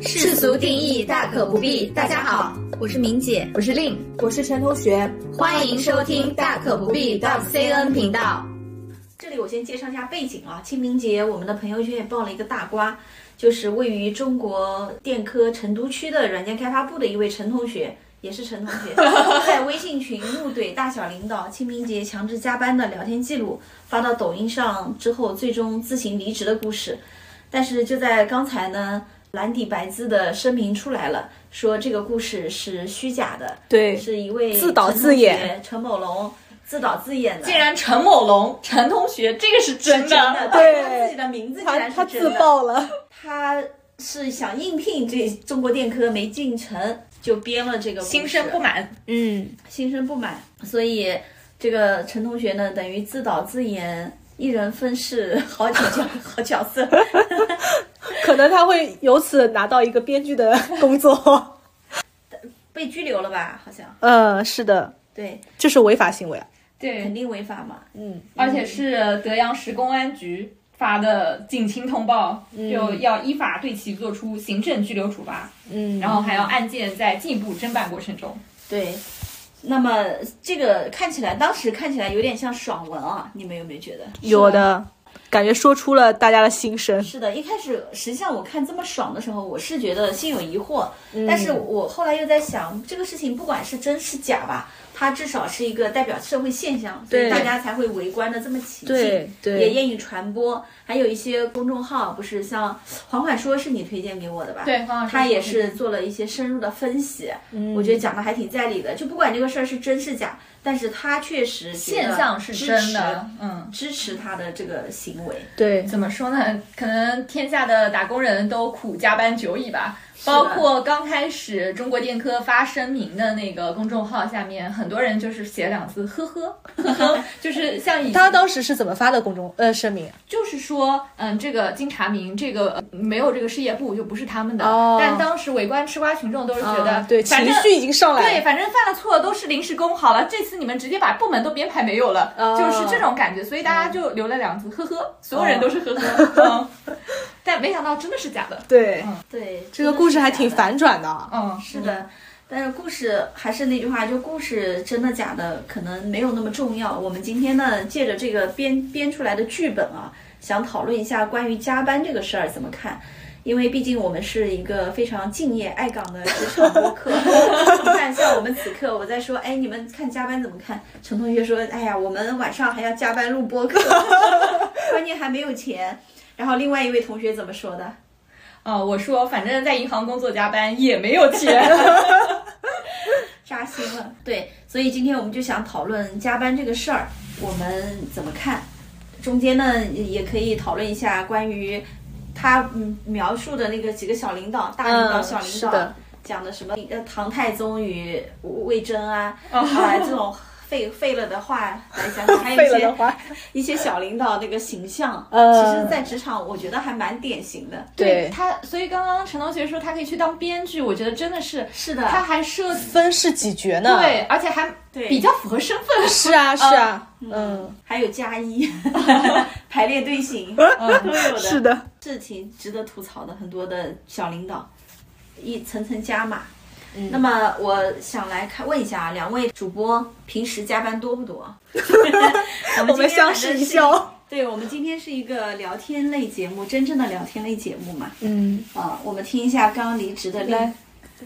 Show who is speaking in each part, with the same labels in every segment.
Speaker 1: 世俗定义大可不必。大家好，
Speaker 2: 我是明姐，
Speaker 1: 我是令，
Speaker 3: 我是陈同学，
Speaker 1: 欢迎收听《大可不必》到 CN 频 道。
Speaker 4: 这里我先介绍一下背景啊，清明节我们的朋友圈也爆了一个大瓜，就是位于中国电科成都区的软件开发部的一位陈同学，也是陈同 学，在微信群怒怼大小领导清明节强制加班的聊天记录发到抖音上之后，最终自行离职的故事。但是就在刚才呢，蓝底白字的声明出来了，说这个故事是虚假的，
Speaker 3: 对
Speaker 4: 是一位
Speaker 3: 自导自演
Speaker 4: 陈同学陈某龙自导自演的，
Speaker 2: 竟然陈某龙、陈同学，这个是真
Speaker 4: 真的，
Speaker 2: 的。
Speaker 4: 对
Speaker 3: 对
Speaker 4: 他自己的名字竟
Speaker 3: 他
Speaker 4: 然
Speaker 3: 他
Speaker 4: 是真
Speaker 3: 自
Speaker 4: 的。
Speaker 3: 爆了，
Speaker 4: 他是想应聘这中国电科没进城，就编了这个故 事
Speaker 2: 心生不，满，
Speaker 3: 嗯，
Speaker 4: 心生不满，所以这个陈同学呢，等于自导自演。一人分饰好几角 好角色，
Speaker 3: 可能他会由此拿到一个编剧的工 作。
Speaker 4: 被拘留了吧？好像
Speaker 3: 嗯，是的，
Speaker 4: 对，
Speaker 3: 这是违法行为啊。
Speaker 4: 肯
Speaker 2: 对，
Speaker 4: 定违法嘛。
Speaker 3: 嗯，
Speaker 2: 而且是德阳市公安局发的警情通报，就要依法对其作出行政拘留处罚，
Speaker 3: 嗯
Speaker 2: 然后还要案件在进一步侦办过程中。
Speaker 4: 对，那么这个看起来，当时看起来有点像爽文啊，你们有没有觉得？
Speaker 3: 有的感觉说出了大家的心声。
Speaker 4: 是的，一开始实际上我看这么爽的时候，我是觉得心有疑惑，
Speaker 3: 嗯
Speaker 4: 但是我后来又在想，这个事情不管是真是假吧，它至少是一个代表社会现象，所以
Speaker 3: 对
Speaker 4: 大家才会围观的这么起劲，
Speaker 3: 对对
Speaker 4: 也愿意传播。还有一些公众号，不是像缓缓说是你推荐给我的吧？
Speaker 2: 对缓缓说
Speaker 4: 他也是做了一些深入的分析，
Speaker 3: 嗯
Speaker 4: 我觉得讲的还挺在理的。就不管这个事儿是真是假，但是他确实觉得
Speaker 2: 现象是
Speaker 4: 支
Speaker 2: 真
Speaker 4: 持
Speaker 2: 的，嗯。
Speaker 4: 支持他的这个行为。
Speaker 3: 对，
Speaker 2: 怎么说呢？可能天下的打工人都苦加班久矣吧。包括刚开始中国电科发声明的那个公众号下面，很多人就是写两字“呵呵呵呵”，就是像以
Speaker 3: 他
Speaker 2: 前
Speaker 3: 当时是怎么发的公众呃声明？
Speaker 2: 就是说，嗯，这个经查明，这个呃没有这个事业部就不是他们的。
Speaker 3: 哦
Speaker 2: 但当时围观吃瓜群众都是觉得，
Speaker 3: 啊对，
Speaker 2: 反
Speaker 3: 情
Speaker 2: 正
Speaker 3: 绪已经上来
Speaker 2: 对，
Speaker 3: 了。
Speaker 2: 反正犯了错都是临时工好了，这次你们直接把部门都编排没有了，
Speaker 3: 哦
Speaker 2: 就是这种感觉，所以大家
Speaker 4: 哦
Speaker 2: 就留了两字，呵呵，所有人都是呵 呵，嗯，但没想到真的是假的，
Speaker 3: 对，嗯
Speaker 4: 对，
Speaker 3: 这个故事还挺
Speaker 4: 烦。
Speaker 3: 反转的。
Speaker 2: 嗯，
Speaker 4: 是的，但是故事还是那句话，就故事真的假的可能没有那么重要。我们今天呢，借着这个编编出来的剧本啊，想讨论一下关于加班这个事儿怎么看。因为毕竟我们是一个非常敬业爱港的职场播客，你看，像我们此刻我在说，哎，你们看加班怎么看？陈同学说，哎呀，我们晚上还要加班录播客， 关键还没有钱。然后另外一位同学怎么说的？
Speaker 2: 啊、我说反正在银行工作加班也没有钱，
Speaker 4: 扎心了。对，所以今天我们就想讨论加班这个事儿，我们怎么看？中间呢，也可以讨论一下关于他嗯描述的那个几个小领导，大领导、
Speaker 3: 嗯
Speaker 4: 小领导
Speaker 3: 是的
Speaker 4: 讲的什么呃唐太宗与魏征 啊啊这种废废了的话来讲，还有
Speaker 3: 废
Speaker 4: 一
Speaker 3: 了的
Speaker 4: 些
Speaker 3: 话，
Speaker 4: 一些小领导那个形象，
Speaker 3: 嗯
Speaker 4: 其实在职场我觉得还蛮典型的。
Speaker 3: 对
Speaker 2: 他，所以刚刚陈同学说他可以去当编剧，我觉得真的是，
Speaker 4: 是的，
Speaker 2: 他还涉
Speaker 3: 分是几角呢？
Speaker 2: 对，，而且还
Speaker 4: 嗯对
Speaker 2: 比较符合身份，
Speaker 3: 是啊，是啊，嗯，
Speaker 4: 还有 加一排列队形嗯都有的。
Speaker 3: 嗯的，
Speaker 4: 事情值得吐槽的很多的小领导，一层层加码。那么我想来看问一下啊两位主播，平时加班多不多？我
Speaker 3: 我们
Speaker 4: 今天
Speaker 3: 相
Speaker 4: 反正
Speaker 3: 视
Speaker 4: 是
Speaker 3: 一。笑。
Speaker 4: 对，我们今天是一个聊天类节目，真正的聊天类节目嘛。
Speaker 3: 嗯，
Speaker 4: 啊、我们听一下刚离职的
Speaker 3: 来
Speaker 4: 来，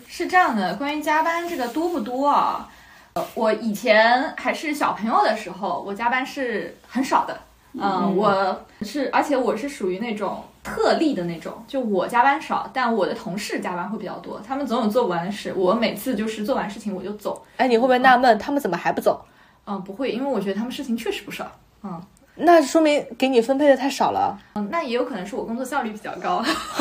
Speaker 2: 是这样的，关于加班这个多不多啊？呃，我以前还是小朋友的时候，我加班是很少的。嗯，我是，而且我是属于那种特例的那种，就我加班少，但我的同事加班会比较多，他们总有做不完的事，我每次就是做完事情我就走。
Speaker 3: 哎，你会不会纳闷他们怎么还不走？
Speaker 2: 嗯，不会，因为我觉得他们事情确实不少。
Speaker 3: 那说明给你分配的太少了。
Speaker 2: 嗯，那也有可能是我工作效率比较高。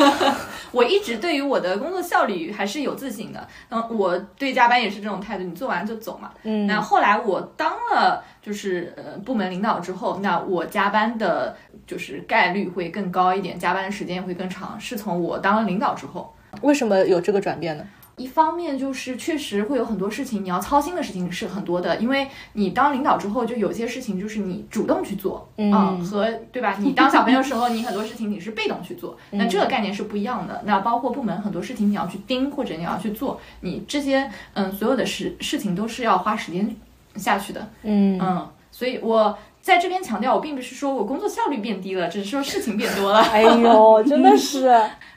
Speaker 2: 我一直对于我的工作效率还是有自信的。嗯，我对加班也是这种态度，你做完就走嘛。
Speaker 3: 嗯
Speaker 2: 那后来我当了就是呃部门领导之后，那我加班的就是概率会更高一点，加班的时间也会更长，是从我当了领导之后。
Speaker 3: 为什么有这个转变呢？
Speaker 2: 一方面就是确实会有很多事情你要操心的事情是很多的，因为你当领导之后，就有些事情就是你主动去做，嗯，和对吧？你当小朋友时候，你很多事情你是被动去做，那这个概念是不一样的。那包括部门很多事情你要去盯，或者你要去做，你这些嗯所有的事事情都是要花时间下去的，
Speaker 5: 嗯
Speaker 2: 嗯，所以我。在这边强调，我并不是说我工作效率变低了，只是说事情变多了。
Speaker 3: 哎呦，真的是，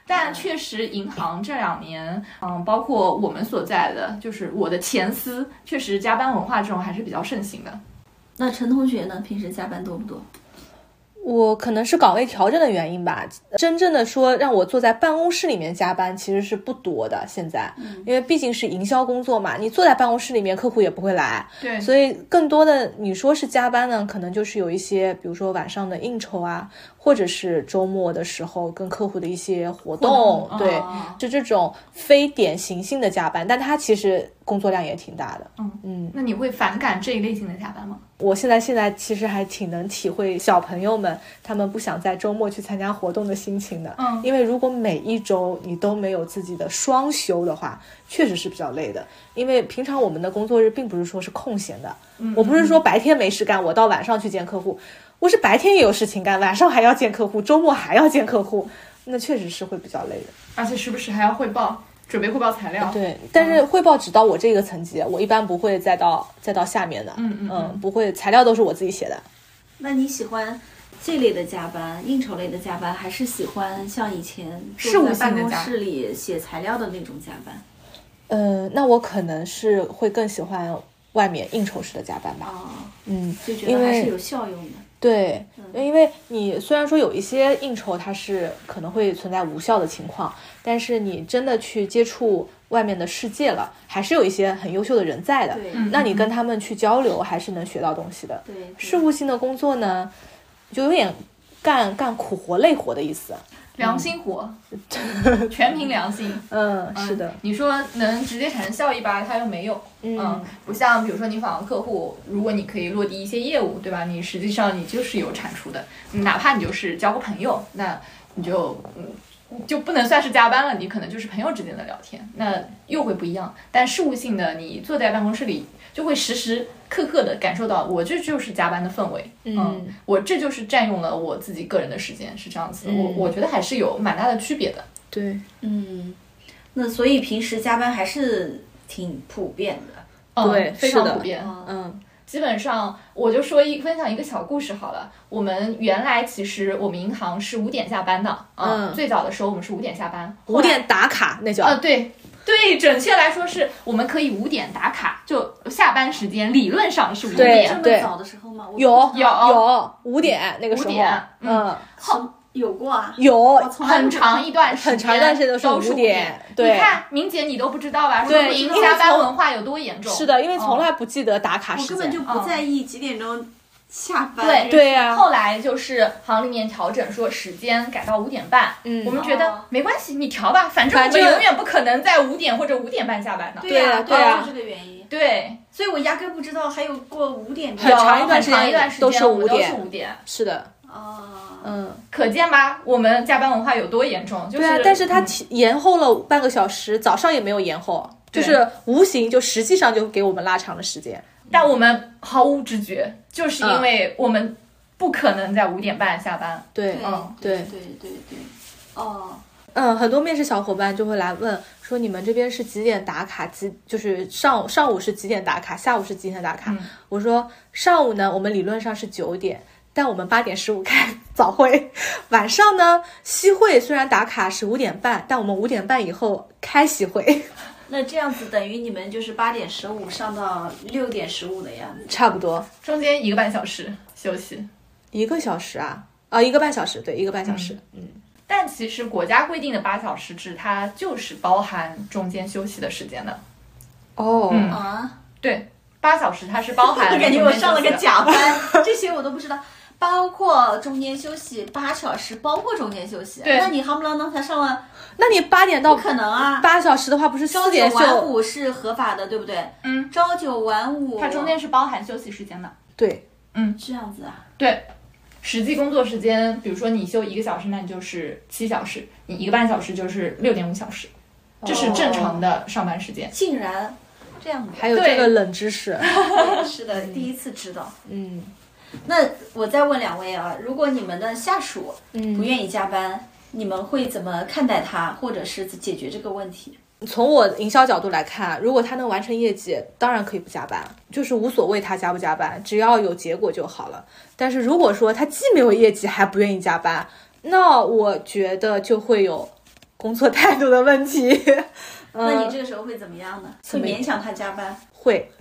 Speaker 2: 但确实，银行这两年，嗯，包括我们所在的，就是我的前司，确实加班文化这种还是比较盛行的。
Speaker 4: 那陈同学呢？平时加班多不多？
Speaker 5: 我可能是岗位调整的原因吧，真正的说让我坐在办公室里面加班其实是不多的。现在，
Speaker 3: 嗯
Speaker 5: 因为毕竟是营销工作嘛，你坐在办公室里面，客户也不会来，
Speaker 2: 对
Speaker 5: 所以更多的你说是加班呢，可能就是有一些，比如说晚上的应酬啊，或者是周末的时候跟客户的一些活动，
Speaker 2: 活动
Speaker 5: 对
Speaker 2: 哦，
Speaker 5: 就这种非典型性的加班，但它其实工作量也挺大的。嗯
Speaker 2: 那你会反感这一类型的加班吗？
Speaker 5: 我现在现在其实还挺能体会小朋友们他们不想在周末去参加活动的心情的，
Speaker 2: 嗯
Speaker 5: 因为如果每一周你都没有自己的双休的话，确实是比较累的。因为平常我们的工作日并不是说是空闲的，我不是说白天没事干，我到晚上去见客户，我是白天也有事情干，晚上还要见客户，周末还要见客户，那确实是会比较累的。
Speaker 2: 而且时不时还要汇报，准备汇报材料。
Speaker 5: 对，但是汇报只到我这个层级，我一般不会再到再到下面的，
Speaker 2: 嗯嗯嗯
Speaker 5: 不会，材料都是我自己写的。
Speaker 4: 那你喜欢这类的加班，应酬类的加班，还是喜欢像以前
Speaker 2: 事务性的
Speaker 4: 坐在
Speaker 2: 加班
Speaker 4: 办公室里写材料的那种加班？
Speaker 5: 呃，那我可能是会更喜欢外面应酬式的加班吧。
Speaker 4: 啊，
Speaker 5: 嗯，
Speaker 4: 就觉得
Speaker 5: 因为
Speaker 4: 还是有效用的。
Speaker 5: 对，因为你虽然说有一些应酬它是可能会存在无效的情况，但是你真的去接触外面的世界了，还是有一些很优秀的人在的。
Speaker 4: 对
Speaker 2: 嗯
Speaker 5: 那你跟他们去交流，还是能学到东西的。
Speaker 4: 对，对
Speaker 5: 事务性的工作呢，就有点干干苦活累活的意思。
Speaker 2: 良心活，全凭良 心。
Speaker 5: 嗯，是的
Speaker 2: 嗯，你说能直接产生效益吧，它又没有。嗯
Speaker 5: 嗯，
Speaker 2: 不像比如说你访问客户，如果你可以落地一些业务，对吧？你实际上你就是有产出的，嗯哪怕你就是交个朋友，那你就嗯就不能算是加班了，你可能就是朋友之间的聊天，那又会不一样。但事务性的，你坐在办公室里就会时时刻刻的感受到，我这就是加班的氛围，嗯
Speaker 5: 嗯
Speaker 2: 我这就是占用了我自己个人的时间，是这样子。我
Speaker 5: 嗯
Speaker 2: 我觉得还是有蛮大的区别的。
Speaker 5: 对，
Speaker 4: 嗯，那所以平时加班还是挺普遍的。
Speaker 2: 嗯
Speaker 5: 对
Speaker 2: 非
Speaker 5: 是
Speaker 2: 常
Speaker 5: 的
Speaker 2: 普遍。
Speaker 4: 啊，
Speaker 5: 嗯
Speaker 2: 基本上我就说一分享一个小故事好了。我们原来其实我们银行是五点下班的，啊
Speaker 5: 嗯
Speaker 2: 最早的时候我们是五点下班，
Speaker 5: 五点打卡那叫。
Speaker 2: 啊，对对，准确来说是我们可以五点打卡，就下班时间理论上是五
Speaker 5: 对
Speaker 2: 点
Speaker 4: 这，么
Speaker 5: 对
Speaker 4: 早的时候吗？我
Speaker 5: 有
Speaker 4: 不知
Speaker 5: 有
Speaker 4: 道
Speaker 5: 有五点那个时候，
Speaker 2: 五点
Speaker 5: 嗯，
Speaker 4: 好有过啊。
Speaker 5: 有
Speaker 4: 我从来
Speaker 2: 很
Speaker 4: 不知道
Speaker 2: 长一段时间，
Speaker 5: 很长一段时间都是
Speaker 2: 都是
Speaker 5: 5
Speaker 2: 点
Speaker 5: 点。对
Speaker 2: 你看明姐你都不知道吧？
Speaker 5: 对
Speaker 2: 说明
Speaker 5: 因为
Speaker 2: 下班
Speaker 5: 从
Speaker 2: 文化有多严重。
Speaker 5: 是的，因为
Speaker 2: 嗯
Speaker 5: 从来不记得打卡
Speaker 4: 我
Speaker 5: 时间，
Speaker 4: 根本就不
Speaker 2: 嗯
Speaker 4: 在意几点钟下班。
Speaker 2: 对
Speaker 5: 对呀、
Speaker 2: 后来就是行里面调整说时间改到五点半，
Speaker 5: 嗯
Speaker 2: 我们觉得
Speaker 4: 哦
Speaker 2: 没关系，你调吧，反正我
Speaker 5: 反
Speaker 2: 们
Speaker 5: 正
Speaker 2: 永远不可能在五点或者五点半下班的。
Speaker 4: 对呀、
Speaker 5: 对呀啊对呀
Speaker 4: 就这个原因。
Speaker 2: 对，
Speaker 4: 所以我压根不知道还有过五点钟
Speaker 5: 很长一段
Speaker 2: 很
Speaker 5: 时
Speaker 2: 长一
Speaker 5: 间
Speaker 2: 段时间
Speaker 5: 都是
Speaker 2: 我们
Speaker 5: 5点
Speaker 2: 都是五点，
Speaker 5: 是的，
Speaker 4: 啊。
Speaker 5: 嗯，
Speaker 2: 可见吧，我们加班文化有多严重？就是嗯
Speaker 5: 对啊，但是他提延后了半个小时，早上也没有延后，就
Speaker 2: 对
Speaker 5: 是无形就实际上就给我们拉长了时间，
Speaker 2: 但我们毫无知觉，就是因
Speaker 5: 嗯
Speaker 2: 为我们不可能在五点半下班。
Speaker 5: 对，
Speaker 2: 嗯
Speaker 5: 对
Speaker 4: 对对对对，哦，
Speaker 5: 嗯，很多面试小伙伴就会来问说，你们这边是几点打卡？几就是上上午是几点打卡，下午是几点打卡？
Speaker 2: 嗯
Speaker 5: 我说上午呢，我们理论上是九点，但我们八点十五开早会，晚上呢夕会虽然打卡是五点半，但我们五点半以后开夕会，
Speaker 4: 那这样子等于你们就是八点十五上到六点十五的样子。
Speaker 5: 差不多
Speaker 2: 中间一个半小时休息。
Speaker 5: 一个小时啊，啊一个半小时，对，一个半小时，嗯，
Speaker 2: 但其实国家规定的八小时制，它就是包含中间休息的时间的。
Speaker 5: 哦
Speaker 2: 嗯
Speaker 4: 啊，
Speaker 2: 对，八小时它是包含
Speaker 4: 我
Speaker 2: 中
Speaker 4: 感
Speaker 2: 间休息
Speaker 4: 觉
Speaker 2: 的。
Speaker 4: 我上了个假班， 这些我都不知道，包括中间休息八小时，包括中间休息。
Speaker 2: 对
Speaker 4: 那你夯不啷当才上了，
Speaker 5: 那你八点
Speaker 4: 不
Speaker 5: 到
Speaker 4: 可能啊！
Speaker 5: 八小时的话，不是
Speaker 4: 朝
Speaker 5: 四
Speaker 4: 九
Speaker 5: 点
Speaker 4: 晚
Speaker 5: 休？
Speaker 4: 五是合法的，对不对？
Speaker 2: 嗯，
Speaker 4: 朝九晚五，
Speaker 2: 它中间是包含休息时间的。
Speaker 5: 对，
Speaker 4: 这样子啊？
Speaker 2: 对，实际工作时间，比如说你休一个小时，那你就是七小时；你一个半小时就是六点五小时。这是正常的上班时间。
Speaker 4: 竟然这样的，
Speaker 5: 还有
Speaker 2: 对
Speaker 5: 这个冷知识，
Speaker 4: 是的，第一次知道。
Speaker 5: 嗯，
Speaker 4: 那我再问两位啊，如果你们的下属
Speaker 5: 嗯
Speaker 4: 不愿意加班，你们会怎么看待他，或者是解决这个问题？
Speaker 5: 从我营销角度来看，如果他能完成业绩，当然可以不加班，就是无所谓他加不加班，只要有结果就好了。但是如果说他既没有业绩还不愿意加班，那我觉得就会有工作态度的问题。
Speaker 4: 那你这个时候会怎么样呢？会勉强他加班，
Speaker 5: 会，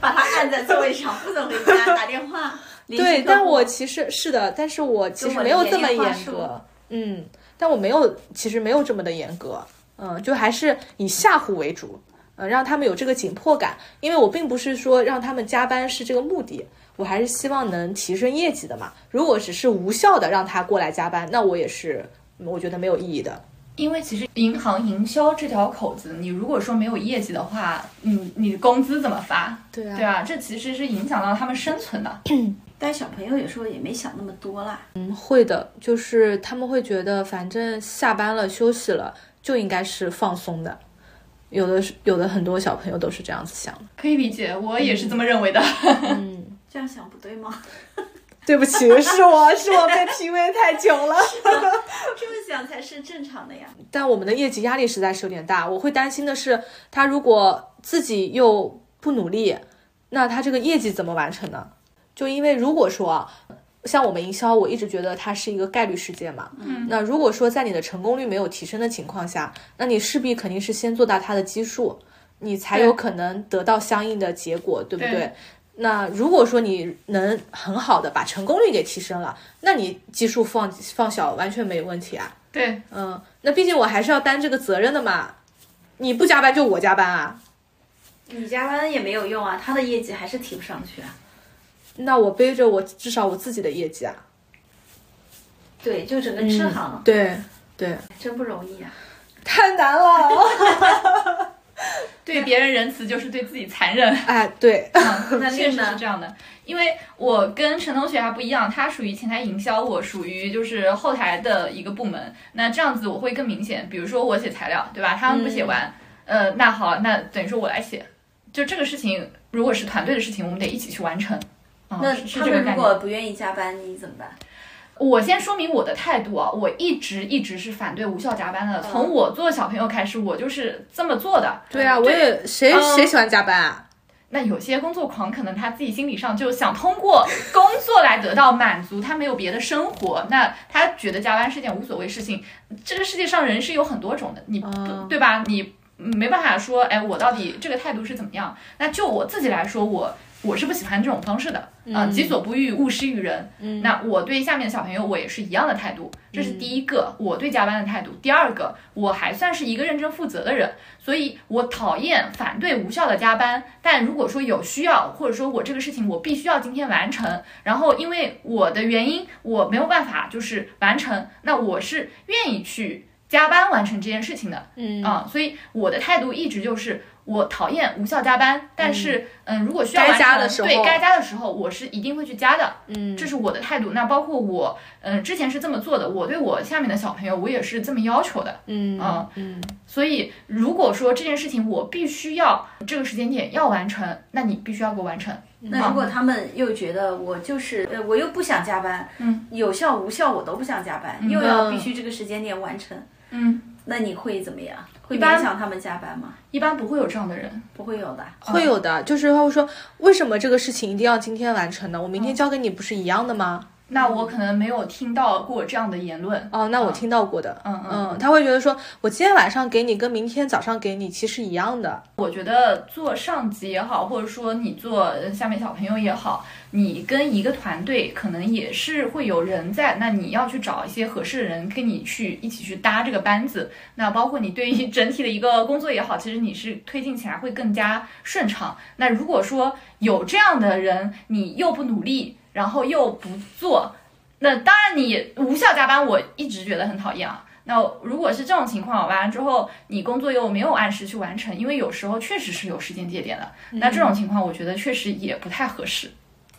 Speaker 4: 把他按在座位上，不怎么回家，打电话。联系
Speaker 5: 对，
Speaker 4: 客户
Speaker 5: 但我其实是的，但是我其实没有这么
Speaker 4: 跟我的演
Speaker 5: 严
Speaker 4: 练话
Speaker 5: 格，嗯，但我没有，其实没有这么的严格，嗯，就还是以吓唬为主，嗯，让他们有这个紧迫感，因为我并不是说让他们加班是这个目的，我还是希望能提升业绩的嘛。如果只是无效的让他过来加班，那我也是，嗯我觉得没有意义的。
Speaker 2: 因为其实银行营销这条口子，你如果说没有业绩的话，你你工资怎么发？
Speaker 5: 对啊
Speaker 2: 对啊，这其实是影响到他们生存的。
Speaker 4: 但小朋友有时候也没想那么多啦。
Speaker 5: 嗯，会的，就是他们会觉得，反正下班了休息了就应该是放松的，有的是有的很多小朋友都是这样子想的。
Speaker 2: 可以理解，我也是这么认为的。
Speaker 4: 这样想不对吗？
Speaker 5: 对不起，是我是我被 PUA 太久了，
Speaker 4: 这么想才是正常的呀。
Speaker 5: 但我们的业绩压力实在是有点大。我会担心的是，他如果自己又不努力，那他这个业绩怎么完成呢？就因为如果说啊像我们营销，我一直觉得它是一个概率事件嘛。嗯，那如果说在你的成功率没有提升的情况下，那你势必肯定是先做大它的基数，你才
Speaker 2: 对
Speaker 5: 有可能得到相应的结果，对不对？
Speaker 2: 对
Speaker 5: 那如果说你能很好的把成功率给提升了，那你基数放放小完全没问题啊。
Speaker 2: 对，
Speaker 5: 嗯，那毕竟我还是要担这个责任的嘛。你不加班就我加班啊，
Speaker 4: 你加班也没有用啊，他的业绩还是提不上去啊。
Speaker 5: 那我背着我至少我自己的业绩啊。
Speaker 4: 对，就整个制衡、
Speaker 5: 对对，
Speaker 4: 真不容易啊。
Speaker 5: 太难了。哦
Speaker 2: 对别人仁慈就是对自己残忍。
Speaker 5: 哎，对，
Speaker 2: 嗯，那确实
Speaker 4: 这个
Speaker 2: 是
Speaker 4: 呢
Speaker 2: 这样的，因为我跟陈同学还不一样，他属于前台营销，我属于就是后台的一个部门。那这样子我会更明显，比如说我写材料，对吧？他们不
Speaker 4: 嗯
Speaker 2: 写完，呃，那好，那等于说我来写。就这个事情，如果是团队的事情，我们得一起去完成。嗯、
Speaker 4: 那
Speaker 2: 是是
Speaker 4: 他
Speaker 2: 这个
Speaker 4: 们
Speaker 2: 概念。
Speaker 4: 如果不愿意加班，你怎么办？
Speaker 2: 我先说明我的态度啊，我一直一直是反对无效加班的。
Speaker 4: 嗯
Speaker 2: 从我做小朋友开始，我就是这么做的。
Speaker 5: 对啊，我也谁谁喜欢加班啊？
Speaker 2: 那有些工作狂可能他自己心理上就想通过工作来得到满足，他没有别的生活，那他觉得加班是件无所谓事情。这个世界上人是有很多种的，你不、
Speaker 5: 嗯
Speaker 2: 对吧？你没办法说，哎，我到底这个态度是怎么样？那就我自己来说，我我是不喜欢这种方式的。啊，己所不欲，勿施于人。嗯，那我对下面的小朋友，我也是一样的态度，这是第一个、我对加班的态度。第二个，我还算是一个认真负责的人，所以我讨厌反对无效的加班。但如果说有需要，或者说我这个事情我必须要今天完成，然后因为我的原因我没有办法就是完成，那我是愿意去加班完成这件事情的。
Speaker 5: 嗯
Speaker 2: 啊，所以我的态度一直就是。我讨厌无效加班，但是，嗯，如果需要
Speaker 5: 该
Speaker 2: 完
Speaker 5: 加
Speaker 2: 成
Speaker 5: 的时候
Speaker 2: 对该加的时候，我是一定会去加的。
Speaker 5: 嗯
Speaker 2: 这是我的态度。那包括我，嗯、之前是这么做的，我对我下面的小朋友，我也是这么要求的。
Speaker 5: 嗯
Speaker 2: 啊
Speaker 5: 嗯，
Speaker 2: 所以，如果说这件事情我必须要这个时间点要完成，那你必须要给我完成。
Speaker 5: 嗯
Speaker 2: 啊
Speaker 4: 那如果他们又觉得我就是，呃，我又不想加班，
Speaker 2: 嗯，
Speaker 4: 有效无效我都不想加班，又要必须这个时间点完成，
Speaker 2: 嗯，
Speaker 4: 那你会怎么样？会
Speaker 2: 一般
Speaker 4: 勉强他们加班吗？
Speaker 2: 一般不会有这样的人。
Speaker 4: 不会有的。
Speaker 5: 会有的，就是他会说，为什么这个事情一定要今天完成呢？我明天交给你不是一样的吗？
Speaker 2: 那我可能没有听到过这样的言论。
Speaker 5: 哦，那我听到过的，
Speaker 2: 嗯嗯，
Speaker 5: 嗯，他会觉得说我今天晚上给你跟明天早上给你其实一样的，
Speaker 2: 我觉得做上级也好，或者说你做呃下面小朋友也好，你跟一个团队可能也是会有人在，那你要去找一些合适的人跟你去一起去搭这个班子。那包括你对于整体的一个工作也好，其实你是推进起来会更加顺畅。那如果说有这样的人，你又不努力，然后又不做，那当然你无效加班，我一直觉得很讨厌啊。那如果是这种情况，完了之后你工作又没有按时去完成，因为有时候确实是有时间节点的，那这种情况我觉得确实也不太合适。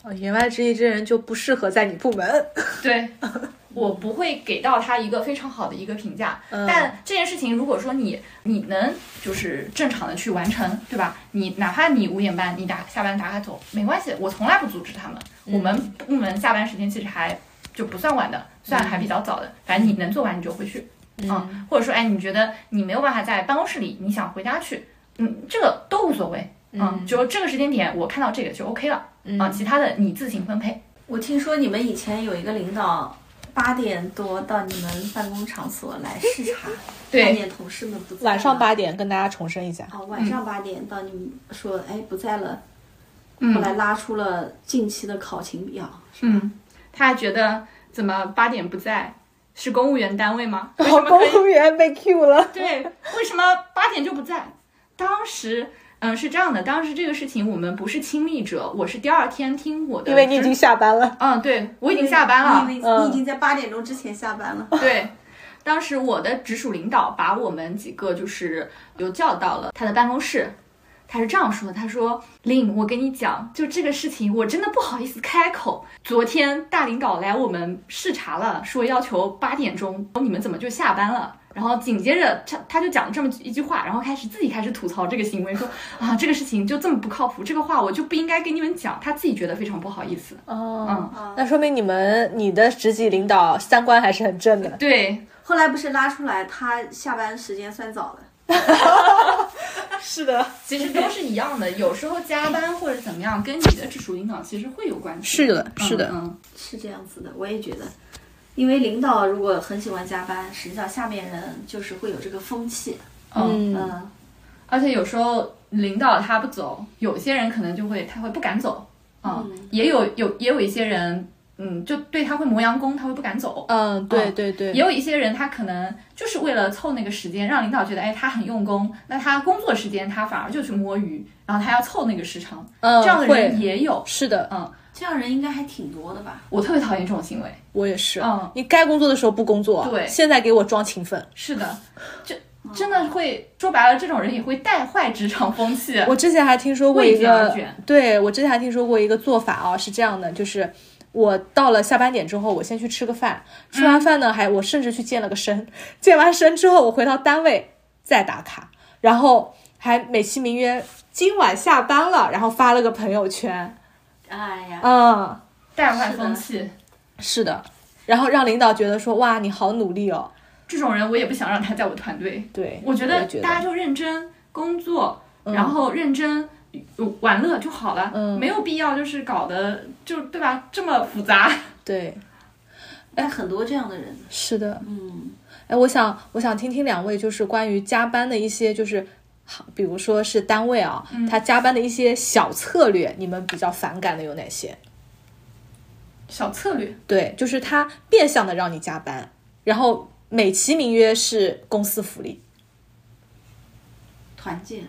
Speaker 5: 哦言外之意，这人就不适合在你部门。
Speaker 2: 对， 我不会给到他一个非常好的一个评价。
Speaker 5: 嗯
Speaker 2: 但这件事情，如果说你你能就是正常的去完成，对吧？你哪怕你五点半你打下班打卡走没关系，我从来不阻止他们。我们部门下班时间其实还就不算晚的，算还比较早的。反正你能做完你就回去，嗯，或者说哎，你觉得你没有办法在办公室里，你想回家去，嗯，这个都无所谓。嗯，就这个时间点，我看到这个就 OK 了。嗯、啊，其他的你自行分配。
Speaker 4: 我听说你们以前有一个领导八点多到你们办公场所来视察，看
Speaker 2: 对，
Speaker 4: 见同事们不在了
Speaker 5: 晚上八点跟大家重申一下，
Speaker 4: 哦，晚上八点到你们说哎不在了，
Speaker 2: 嗯
Speaker 4: 后来拉出了近期的考勤表，是吧？
Speaker 2: 嗯，他还觉得怎么八点不在是公务员单位吗？为什
Speaker 5: 哦，
Speaker 2: 么可以
Speaker 5: 公务员被 Q 了。
Speaker 2: 对，为什么八点就不在？当时，嗯、是这样的，当时这个事情我们不是亲历者，我是第二天听我的知，
Speaker 5: 因为你已经下班了，
Speaker 2: 嗯，对我已经下班了，
Speaker 4: 你已经
Speaker 5: 嗯
Speaker 4: 你已经在八点钟之前下班了。
Speaker 2: 对，当时我的直属领导把我们几个就是又叫到了他的办公室，他是这样说的：“他说林，我跟你讲，就这个事情，我真的不好意思开口。昨天大领导来我们视察了，说要求八点钟，你们怎么就下班了？”然后紧接着他他就讲了这么一句话，然后开始自己开始吐槽这个行为，说啊这个事情就这么不靠谱，这个话我就不应该跟你们讲，他自己觉得非常不好意思。
Speaker 5: 哦
Speaker 2: 嗯，
Speaker 5: 那说明你们你的直级领导三观还是很 正的。
Speaker 2: 对，
Speaker 4: 后来不是拉出来，他下班时间算早了。
Speaker 5: 是的，
Speaker 2: 其实都是一样的，有时候加班或者怎么样，跟你的直属领导其实会有关系。
Speaker 5: 是的，是的，
Speaker 2: 嗯，嗯
Speaker 4: 是这样子的，我也觉得，因为领导如果很喜欢加班，实际上下面人就是会有这个风气。
Speaker 5: 嗯，
Speaker 4: 嗯，
Speaker 2: 而且有时候领导他不走，有些人可能就会他会不敢走，嗯，
Speaker 4: 嗯
Speaker 2: 也有有也有一些人，嗯，就对他会磨洋工，他会不敢走。
Speaker 5: 嗯，对对对，
Speaker 2: 也有一些人，他可能就是为了凑那个时间，让领导觉得，哎，他很用功，那他工作时间他反而就去摸鱼，然后他要凑那个时长，
Speaker 5: 嗯
Speaker 2: 这样的
Speaker 5: 会
Speaker 2: 人也有。嗯
Speaker 5: 是的，
Speaker 4: 这样人应该还挺多的吧？
Speaker 2: 我特别讨厌这种行为。
Speaker 5: 我也是。
Speaker 2: 嗯
Speaker 5: 你该工作的时候不工作，
Speaker 2: 对
Speaker 5: 现在给我装勤奋。
Speaker 2: 是的，就真的会说白了，这种人也会带坏职场风气。
Speaker 5: 我之前还听说过
Speaker 2: 为
Speaker 5: 一
Speaker 2: 卷而
Speaker 5: 个
Speaker 2: 卷，
Speaker 5: 对我之前还听说过一个做法啊，是这样的，就是我到了下班点之后，我先去吃个饭，
Speaker 2: 嗯
Speaker 5: 吃完饭呢，还我甚至去健了个身，健完身之后，我回到单位再打卡，然后还美其名曰今晚下班了，然后发了个朋友圈，
Speaker 4: 哎呀，
Speaker 5: 嗯，
Speaker 2: 带坏风气，
Speaker 5: 是的，然后让领导觉得说哇你好努力哦，
Speaker 2: 这种人我也不想让他在我团队。
Speaker 5: 对，
Speaker 2: 我觉
Speaker 5: 我
Speaker 2: 得
Speaker 5: 也觉得
Speaker 2: 大家就认真工作，然后认真呃玩乐就好了，
Speaker 5: 嗯
Speaker 2: 没有必要就是搞得就对吧这么复杂。
Speaker 5: 对，
Speaker 4: 但很多这样的人，
Speaker 5: 是的，
Speaker 4: 嗯，
Speaker 5: 哎，我想我想听听两位就是关于加班的一些就是。好，比如说是单位啊，他加班的一些小策略，你们比较反感的有哪些？
Speaker 2: 小策略，
Speaker 5: 对，就是他变相的让你加班，然后美其名曰是公司福利。
Speaker 4: 团建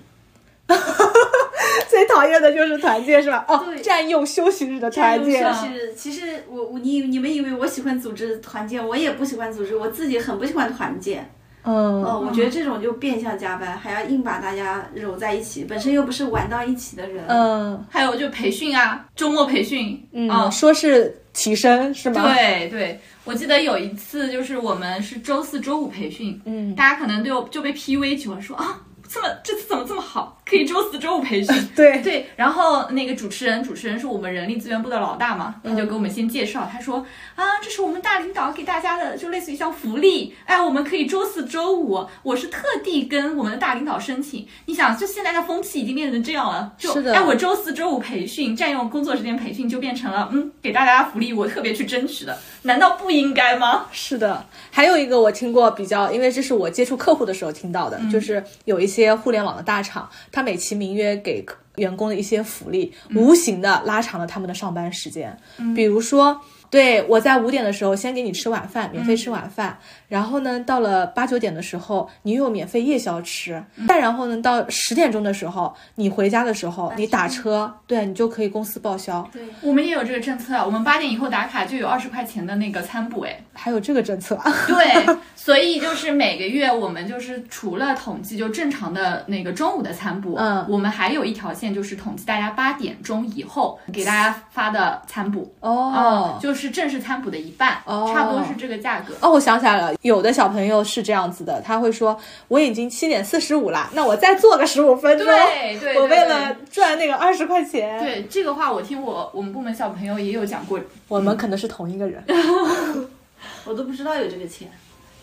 Speaker 5: 最讨厌的就是团建是吧？哦
Speaker 4: 对，
Speaker 5: 占用休息日的团
Speaker 4: 这
Speaker 5: 建
Speaker 4: 种，事是，其实我我你你们以为我喜欢组织团建，我也不喜欢组织，我自己很不喜欢团建。
Speaker 5: 嗯，
Speaker 4: 哦，我觉得这种就变相加班，还要硬把大家揉在一起，本身又不是玩到一起的人。
Speaker 5: 嗯
Speaker 2: 还有就培训啊，周末培训，嗯
Speaker 5: 嗯，说是提升是吗？，
Speaker 2: 对对，我记得有一次就是我们是周四周五培训，
Speaker 5: 嗯。
Speaker 2: 大家可能对我就被 PUA 喜欢说啊，这么这次怎么这么好，可以周四周五培训
Speaker 5: 对
Speaker 2: 哎对，然后那个主持人，主持人是我们人力资源部的老大嘛，他就给我们先介绍，他说啊，这是我们大领导给大家的，就类似于像福利，哎，我们可以周四周五，我是特地跟我们的大领导申请。你想，就现在的风气已经变成这样了，就是
Speaker 5: 的
Speaker 2: 哎，我周四周五培训，占用工作时间培训，就变成了嗯，给大家福利，我特别去争取的，难道不应该吗？
Speaker 5: 是的，还有一个我听过比较，因为这是我接触客户的时候听到的，就是有一些互联网的大厂，它美其名曰给员工的一些福利，无形的拉长了他们的上班时间。比如说，对我在五点的时候先给你吃晚饭，免费吃晚饭，然后呢，到了八九点的时候，你又有免费夜宵吃，再然后呢，到十点钟的时候，你回家的时候，你打车，对你就可以公司报销，
Speaker 2: 我们也有这个政策，啊我们八点以后打卡就有二十块钱的那个餐补，哎，
Speaker 5: 还有这个政策啊，
Speaker 2: 对，所以就是每个月我们就是除了统计就正常的那个中午的餐补，
Speaker 5: 嗯
Speaker 2: 我们还有一条线就是统计大家八点钟以后给大家发的餐补，
Speaker 5: 哦
Speaker 2: 嗯就是正式餐补的一半，
Speaker 5: 哦
Speaker 2: 差不多是这个价格。
Speaker 5: 哦，我想起来了，有的小朋友是这样子的，他会说我已经七点四十五啦，那我再做个十五分钟，
Speaker 2: 对对，
Speaker 5: 我
Speaker 2: 对
Speaker 5: 为了赚那个二十块钱。
Speaker 2: 对这个话，我听我我们部门小朋友也有讲过，
Speaker 5: 我们可能是同一个人，
Speaker 4: 我都不知道有这个钱。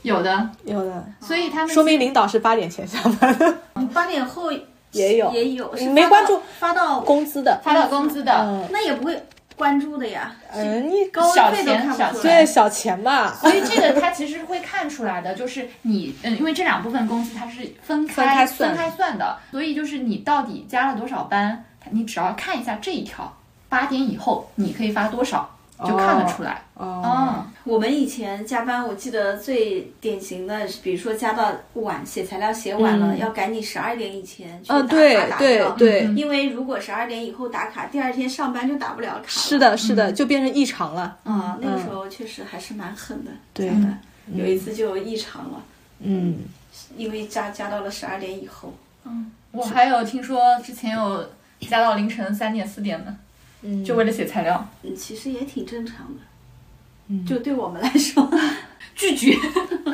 Speaker 2: 有的，
Speaker 5: 有的，
Speaker 2: 所以他们
Speaker 5: 说明领导是八点前下班的，
Speaker 4: 八点后
Speaker 5: 也有
Speaker 4: 也有，是
Speaker 5: 没
Speaker 4: 发
Speaker 5: 关
Speaker 4: 到
Speaker 5: 注
Speaker 4: 发到
Speaker 5: 工资的。
Speaker 2: 发到工资的，
Speaker 5: 嗯
Speaker 4: 那也不会关注的呀，
Speaker 5: 嗯，你
Speaker 4: 高
Speaker 2: 小
Speaker 4: 位都
Speaker 2: 钱
Speaker 4: 看
Speaker 2: 小
Speaker 4: 不出
Speaker 5: 对
Speaker 4: 来。
Speaker 5: 小钱嘛，
Speaker 2: 所以这个它其实会看出来的，就是你，嗯，因为这两部分工资它是分开
Speaker 5: 分开算
Speaker 2: 分开算的，所以就是你到底加了多少班，你只要看一下这一条，八点以后你可以发多少，就看得出来。
Speaker 5: 哦，
Speaker 2: 嗯，
Speaker 4: 我们以前加班，我记得最典型的，比如说加到晚，写材料写晚了，
Speaker 5: 嗯
Speaker 4: 要赶紧十二点以前去打
Speaker 5: 嗯，
Speaker 4: 卡
Speaker 5: 对
Speaker 4: 打
Speaker 5: 对
Speaker 4: 掉
Speaker 5: 对，
Speaker 4: 因为如果十二点以后打卡，第二天上班就打不了卡了。
Speaker 5: 是的，是的，就变成异常了。
Speaker 2: 嗯
Speaker 4: 啊，那个时候确实还是蛮狠的。
Speaker 5: 对
Speaker 4: 加班有一次就异常了，
Speaker 5: 嗯，
Speaker 4: 因为加加到了十二点以后。
Speaker 2: 我还有听说之前有加到凌晨三点四点的，
Speaker 5: 嗯
Speaker 2: 就为了写材料，
Speaker 4: 嗯，其实也挺正常的，
Speaker 5: 嗯
Speaker 4: 就对我们来说。
Speaker 2: 拒绝，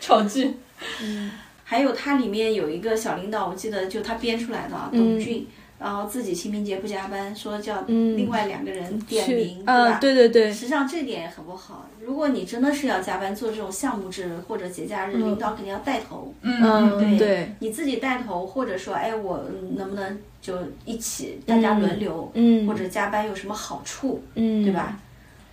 Speaker 2: 丑剧。
Speaker 5: 嗯
Speaker 4: 还有它里面有一个小领导，我记得就他编出来的啊，董俊，然后自己清明节不加班，说叫
Speaker 5: 嗯
Speaker 4: 另外两个人点
Speaker 5: 去
Speaker 4: 名，，
Speaker 5: 嗯，
Speaker 4: 吧？
Speaker 5: 对对对，
Speaker 4: 实际上这点也很不好。如果你真的是要加班做这种项目制或者节假日，领导肯定要带头。
Speaker 5: 嗯，
Speaker 4: 对
Speaker 5: 对，
Speaker 4: 你自己带头，或者说，哎，我嗯能不能就一起大家轮流，
Speaker 5: 嗯
Speaker 4: 或者加班有什么好处，
Speaker 5: 嗯，
Speaker 4: 对？吧？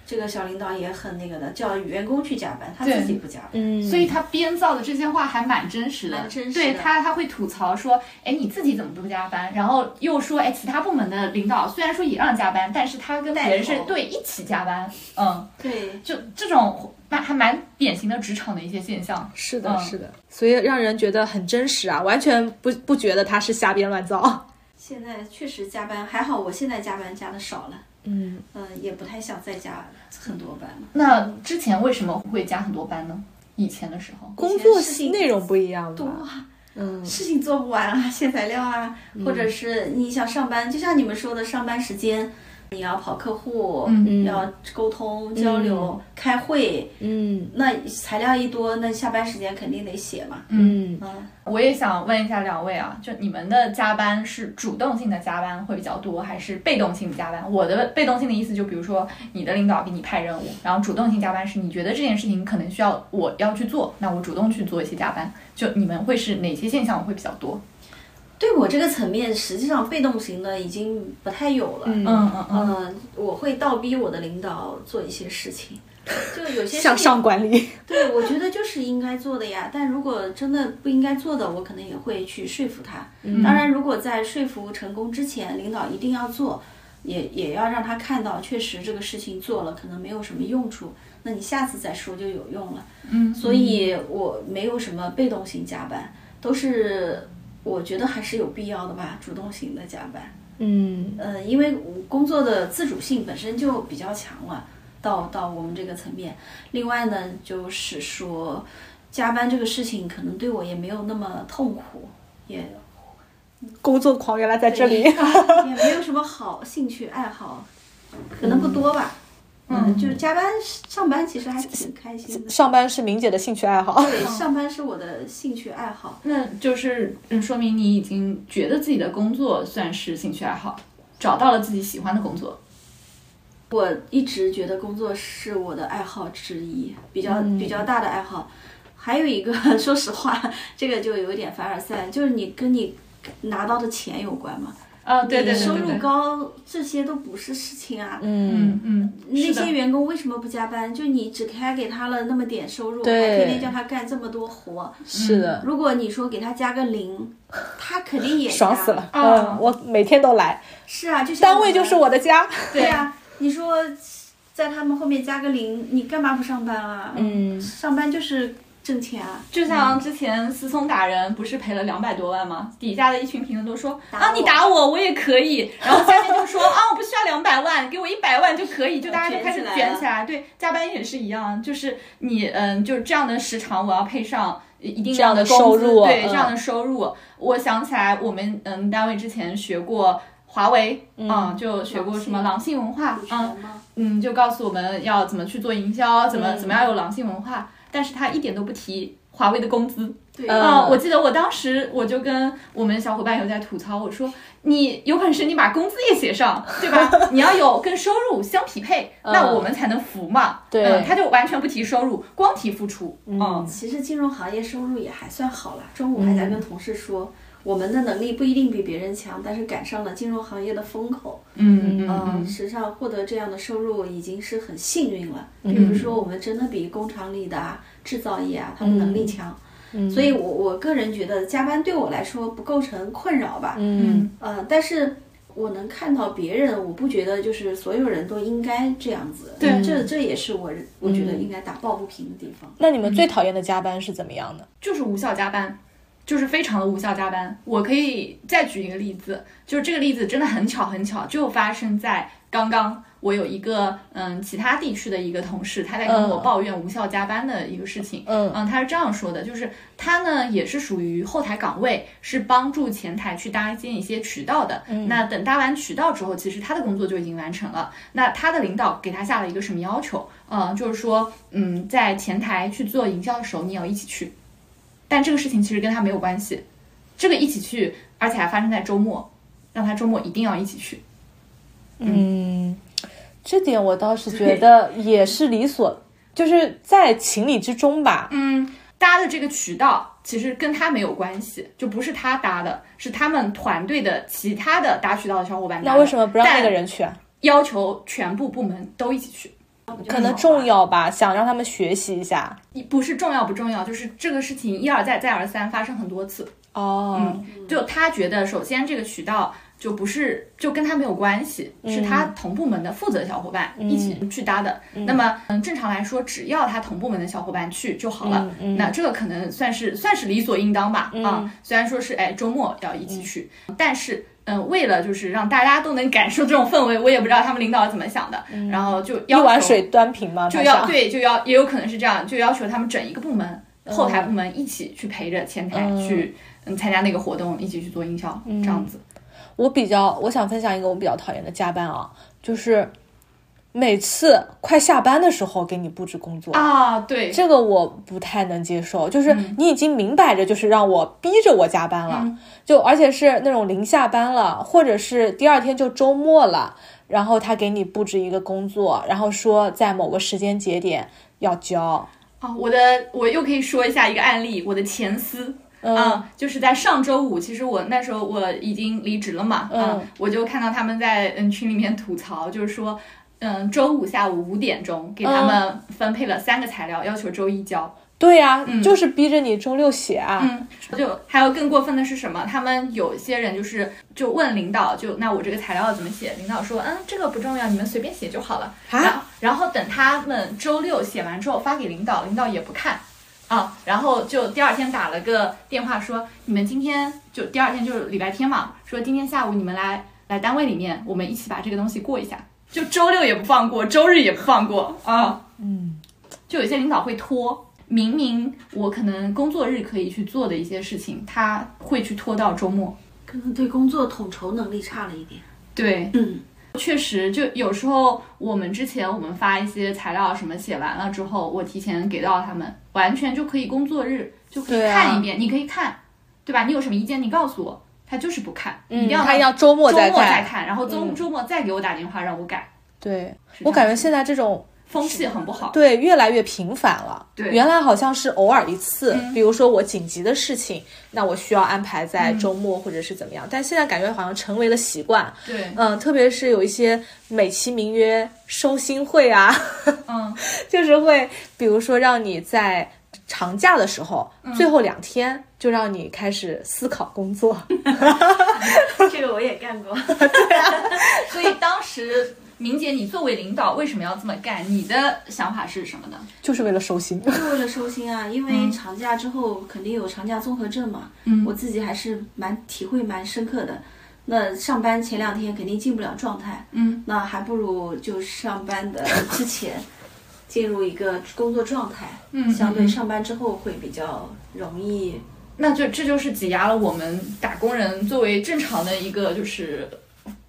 Speaker 4: 这个小领导也很那个的，叫员工去加班，他自己不加班。
Speaker 5: 嗯，
Speaker 2: 所以他编造的这些话还蛮真实的，
Speaker 4: 蛮真实的
Speaker 2: 对他，他会吐槽说，哎，你自己怎么不加班？然后又说，哎，其他部门的领导虽然说也让加班，但是他跟别人
Speaker 4: 带
Speaker 2: 是
Speaker 4: 头
Speaker 2: 对一起加班，嗯，
Speaker 4: 对，
Speaker 2: 就这种蛮还蛮典型的职场的一些现象。
Speaker 5: 是的，
Speaker 2: 嗯
Speaker 5: 是的，所以让人觉得很真实啊，完全不不觉得他是瞎编乱造。
Speaker 4: 现在确实加班，还好我现在加班加的少了，
Speaker 5: 嗯，
Speaker 4: 嗯、也不太想再加很多班了。
Speaker 2: 那之前为什么会加很多班呢？以前的时候，
Speaker 5: 工作
Speaker 4: 以前事情
Speaker 5: 内容不一样
Speaker 4: 多
Speaker 5: 吧？
Speaker 4: 啊，
Speaker 5: 嗯
Speaker 4: 事情做不完啊，写材料啊，或者是你想上班，就像你们说的，上班时间你要跑客户，
Speaker 2: 嗯
Speaker 4: 要沟通交流、开会，
Speaker 5: 嗯
Speaker 4: 那材料一多，那下班时间肯定得写嘛。
Speaker 5: 嗯，
Speaker 4: 嗯，
Speaker 2: 我也想问一下两位啊，就你们的加班是主动性的加班会比较多，还是被动性的加班？我的被动性的意思就比如说你的领导给你派任务，然后主动性加班是你觉得这件事情可能需要我要去做，那我主动去做一些加班。就你们会是哪些现象会比较多？
Speaker 4: 对我这个层面，实际上被动型的已经不太有了。嗯
Speaker 2: 嗯嗯嗯，
Speaker 4: 我会倒逼我的领导做一些事情，就有些事
Speaker 5: 向
Speaker 4: 情
Speaker 5: 上管理。
Speaker 4: 对，我觉得就是应该做的呀。但如果真的不应该做的，我可能也会去说服他。当然，如果在说服成功之前，领导一定要做，也也要让他看到，确实这个事情做了可能没有什么用处，那你下次再说就有用了。
Speaker 2: 嗯，
Speaker 4: 所以我没有什么被动型加班，都是我觉得还是有必要的吧，主动型的加班。
Speaker 5: 嗯
Speaker 4: 嗯，因为我工作的自主性本身就比较强了，到到我们这个层面。另外呢，就是说加班这个事情，可能对我也没有那么痛苦，也
Speaker 5: 工作狂原来在这里。
Speaker 4: 也没有什么好兴趣爱好，可能不多吧。嗯，就是加班上班其实还挺开心的。
Speaker 5: 上班是明姐的兴趣爱好。
Speaker 4: 对，上班是我的兴趣爱好，
Speaker 2: 那就是嗯，说明你已经觉得自己的工作算是兴趣爱好，找到了自己喜欢的工作。
Speaker 4: 我一直觉得工作是我的爱好之一，比较、比较大的爱好。还有一个， 说实话，这个就有一点凡尔赛，就是你跟你拿到的钱有关嘛。
Speaker 2: 啊，对对
Speaker 4: 你
Speaker 2: 对
Speaker 4: 收
Speaker 2: 对
Speaker 4: 入
Speaker 2: 对，
Speaker 4: 高，这些都不是事情啊。
Speaker 5: 嗯
Speaker 2: 嗯嗯，
Speaker 4: 那
Speaker 2: 是的
Speaker 4: 些员工为什么不加班？就你只开给他了那么点收入，还
Speaker 5: 对
Speaker 4: 天天叫他干这么多活。
Speaker 5: 是的，
Speaker 4: 如果你说给他加个零，他肯定也
Speaker 5: 爽
Speaker 4: 加
Speaker 5: 死了。嗯
Speaker 2: 啊
Speaker 5: 嗯，我每天都来，
Speaker 4: 是啊，就像
Speaker 5: 单位
Speaker 4: 们
Speaker 5: 就是我的家。
Speaker 4: 对啊，你说在他们后面加个零，你干嘛不上班啊？
Speaker 6: 嗯，
Speaker 4: 上班就是挣钱啊。
Speaker 2: 就像之前思聪打人，不是赔了两百多万吗？底下的一群评论都说
Speaker 4: 打
Speaker 2: 啊，
Speaker 4: 我
Speaker 2: 你打我，我也可以。然后下面就说 啊，我不需要两百万，给我一百万就可以。就大家就开始
Speaker 4: 卷起来
Speaker 2: 卷起来。对，加班也是一样，啊就是你嗯，就是这样的时长，我要配上一定
Speaker 5: 这样的
Speaker 2: 工资
Speaker 5: 收入
Speaker 2: 对
Speaker 5: 嗯
Speaker 2: 这样的收入。我想起来，我们嗯单位之前学过。华为，嗯，就学过什么狼性文化，嗯，嗯，就告诉我们要怎么去做营销，怎么怎么样有狼性文化，但是他一点都不提华为的工资。
Speaker 4: 对，呃
Speaker 2: 啊、我记得我当时我就跟我们小伙伴有在吐槽，我说你有本事你把工资也写上，对吧？ 你要有跟收入相匹配，那我们才能服嘛。
Speaker 5: 对
Speaker 2: 嗯他就完全不提收入，光提付出。嗯，
Speaker 4: 其实金融行业收入也还算好了。中午还在跟同事说，我们的能力不一定比别人强，但是赶上了金融行业的风口。
Speaker 2: 嗯
Speaker 4: 嗯，
Speaker 2: 嗯
Speaker 4: 实际上获得这样的收入已经是很幸运了。比如说，我们真的比工厂里的啊、制造业啊，他们能力强。所以我，我个人觉得加班对我来说不构成困扰吧。嗯，
Speaker 2: 嗯
Speaker 4: 呃，但是我能看到别人，我不觉得就是所有人都应该这样子。
Speaker 2: 对
Speaker 5: 嗯
Speaker 4: 这这也是我我觉得应该打抱不平的地方。
Speaker 5: 那你们最讨厌的加班是怎么样的？
Speaker 2: 就是无效加班，就是非常的无效加班。我可以再举一个例子，就是这个例子真的很巧很巧，就发生在刚刚。我有一个嗯，其他地区的一个同事，他在跟我
Speaker 5: 嗯
Speaker 2: 抱怨无效加班的一个事情。
Speaker 5: 嗯
Speaker 2: 嗯，他是这样说的，就是他呢也是属于后台岗位，是帮助前台去搭建一些渠道的。那等搭完渠道之后，其实他的工作就已经完成了。那他的领导给他下了一个什么要求？嗯，就是说，嗯，在前台去做营销的时候，你也要一起去。但这个事情其实跟他没有关系，这个一起去，而且还发生在周末，让他周末一定要一起去。
Speaker 5: 嗯，这点我倒是觉得也是理所，就是在情理之中吧。
Speaker 2: 嗯，搭的这个渠道其实跟他没有关系，就不是他搭的，是他们团队的其他的搭渠道的小伙伴搭
Speaker 5: 那
Speaker 2: 的。
Speaker 5: 为什么不让那个
Speaker 2: 但
Speaker 5: 人去啊？
Speaker 2: 要求全部部门都一起去？
Speaker 5: 可能重要吧，想让他们学习一下。
Speaker 2: 不是重要不重要，就是这个事情一而再再而三发生很多次。
Speaker 5: 哦，
Speaker 2: 就他觉得，首先这个渠道就不是就跟他没有关系，是他同部门的负责小伙伴
Speaker 5: 嗯
Speaker 2: 一起去搭的。那么，嗯，正常来说，只要他同部门的小伙伴去就好
Speaker 5: 嗯
Speaker 2: 了。那这个可能算是算是理所应当吧。啊，虽然说是哎周末要一
Speaker 5: 嗯
Speaker 2: 起去，但是。嗯，为了就是让大家都能感受这种氛围，我也不知道他们领导是怎么想的，然后就
Speaker 5: 嗯一
Speaker 2: 要
Speaker 5: 碗
Speaker 2: 求
Speaker 5: 水端平嘛，
Speaker 2: 就
Speaker 5: 马
Speaker 2: 要
Speaker 5: 上
Speaker 2: 对就要也有可能是这样，就要求他们整一个部门、
Speaker 5: 嗯
Speaker 2: 后台部门一起去陪着前台、去嗯参加那个活动，一起去做营销、
Speaker 5: 嗯
Speaker 2: 这样子。
Speaker 5: 我比较，我想分享一个我比较讨厌的加班啊，就是每次快下班的时候给你布置工作。
Speaker 2: 啊，对，
Speaker 5: 这个我不太能接受，就是你已经明摆着就是让我逼着我加班了，就而且是那种临下班了，或者是第二天就周末了，然后他给你布置一个工作，然后说在某个时间节点要交，
Speaker 2: 啊，我的我又可以说一下一个案例，我的前司。
Speaker 5: 啊
Speaker 2: 嗯，就是在上周五，其实我那时候我已经离职了嘛，嗯，我就看到他们在嗯群里面吐槽，就是说，嗯，周五下午五点钟给他们分配了三个材料，要求周一交，
Speaker 5: 对呀、就是逼着你周六写啊，
Speaker 2: 就还有更过分的是什么？他们有些人就是就问领导，就那我这个材料要怎么写？领导说，嗯，这个不重要，你们随便写就好了。
Speaker 5: 啊
Speaker 2: 然后然后等他们周六写完之后发给领导，领导也不看。啊，然后就第二天打了个电话说，你们今天就第二天就是礼拜天嘛，说今天下午你们来来单位里面，我们一起把这个东西过一下，就周六也不放过，周日也不放过啊。嗯，就有些领导会拖，明明我可能工作日可以去做的一些事情，他会去拖到周末。
Speaker 4: 可能对工作统筹能力差了一点。
Speaker 2: 对，
Speaker 4: 嗯，
Speaker 2: 确实，就有时候我们之前我们发一些材料什么写完了之后，我提前给到他们，完全就可以工作日就可以
Speaker 5: 对啊
Speaker 2: 看一遍，你可以看，对吧？你有什么意见你告诉我，他就是不看，一定要
Speaker 5: 嗯他要
Speaker 2: 周
Speaker 5: 周末
Speaker 2: 末
Speaker 5: 再
Speaker 2: 再
Speaker 5: 看。嗯
Speaker 2: 看，然后周、周末再给我打电话让我改，
Speaker 5: 对
Speaker 2: 这
Speaker 5: 我
Speaker 2: 样
Speaker 5: 感觉
Speaker 2: 子
Speaker 5: 现在这种
Speaker 2: 风气很不好。
Speaker 5: 对越来越频繁了。
Speaker 2: 对嗯
Speaker 5: 原来好像是偶尔一次，比如说我紧急的事情，那我需要安排在
Speaker 2: 嗯
Speaker 5: 周末或者是怎么样。但现在感觉好像成为了习惯。
Speaker 2: 对，
Speaker 5: 嗯，特别是有一些美其名曰收心会啊，
Speaker 2: 嗯，
Speaker 5: 就是会，比如说让你在长假的时候，
Speaker 2: 嗯
Speaker 5: 最后两天就让你开始思考工
Speaker 2: 嗯
Speaker 5: 作。
Speaker 4: 这个我也干过。
Speaker 2: 所以当时明姐，你作为领导为什么要这么干？你的想法是什么呢？
Speaker 5: 就是为了收心。
Speaker 4: 就为了收心啊，因为长假之后肯定有长假综合症嘛，
Speaker 2: 嗯
Speaker 4: 我自己还是蛮体会蛮深刻的。那上班前两天肯定进不了状态，
Speaker 2: 嗯，
Speaker 4: 那还不如就上班的之前进入一个工作状态，
Speaker 2: 嗯
Speaker 4: 相对
Speaker 2: 嗯
Speaker 4: 上班之后会比较容易。
Speaker 2: 那就这就是挤压了我们打工人作为正常的一个就是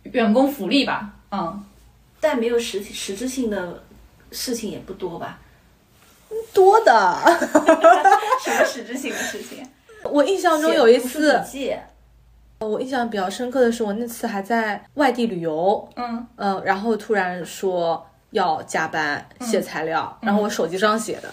Speaker 2: 员工福利吧。嗯，
Speaker 4: 但没有实体实质性的事情也不多吧？
Speaker 5: 多的，
Speaker 4: 什么实质性的事 情？
Speaker 5: 我印象中有一次
Speaker 4: 写读书笔，记
Speaker 5: 我印象比较深刻的是，我那次还在外地旅游，
Speaker 2: 嗯
Speaker 5: 嗯，然后突然说要加班
Speaker 4: 嗯
Speaker 5: 写材料，然后我手机上写的。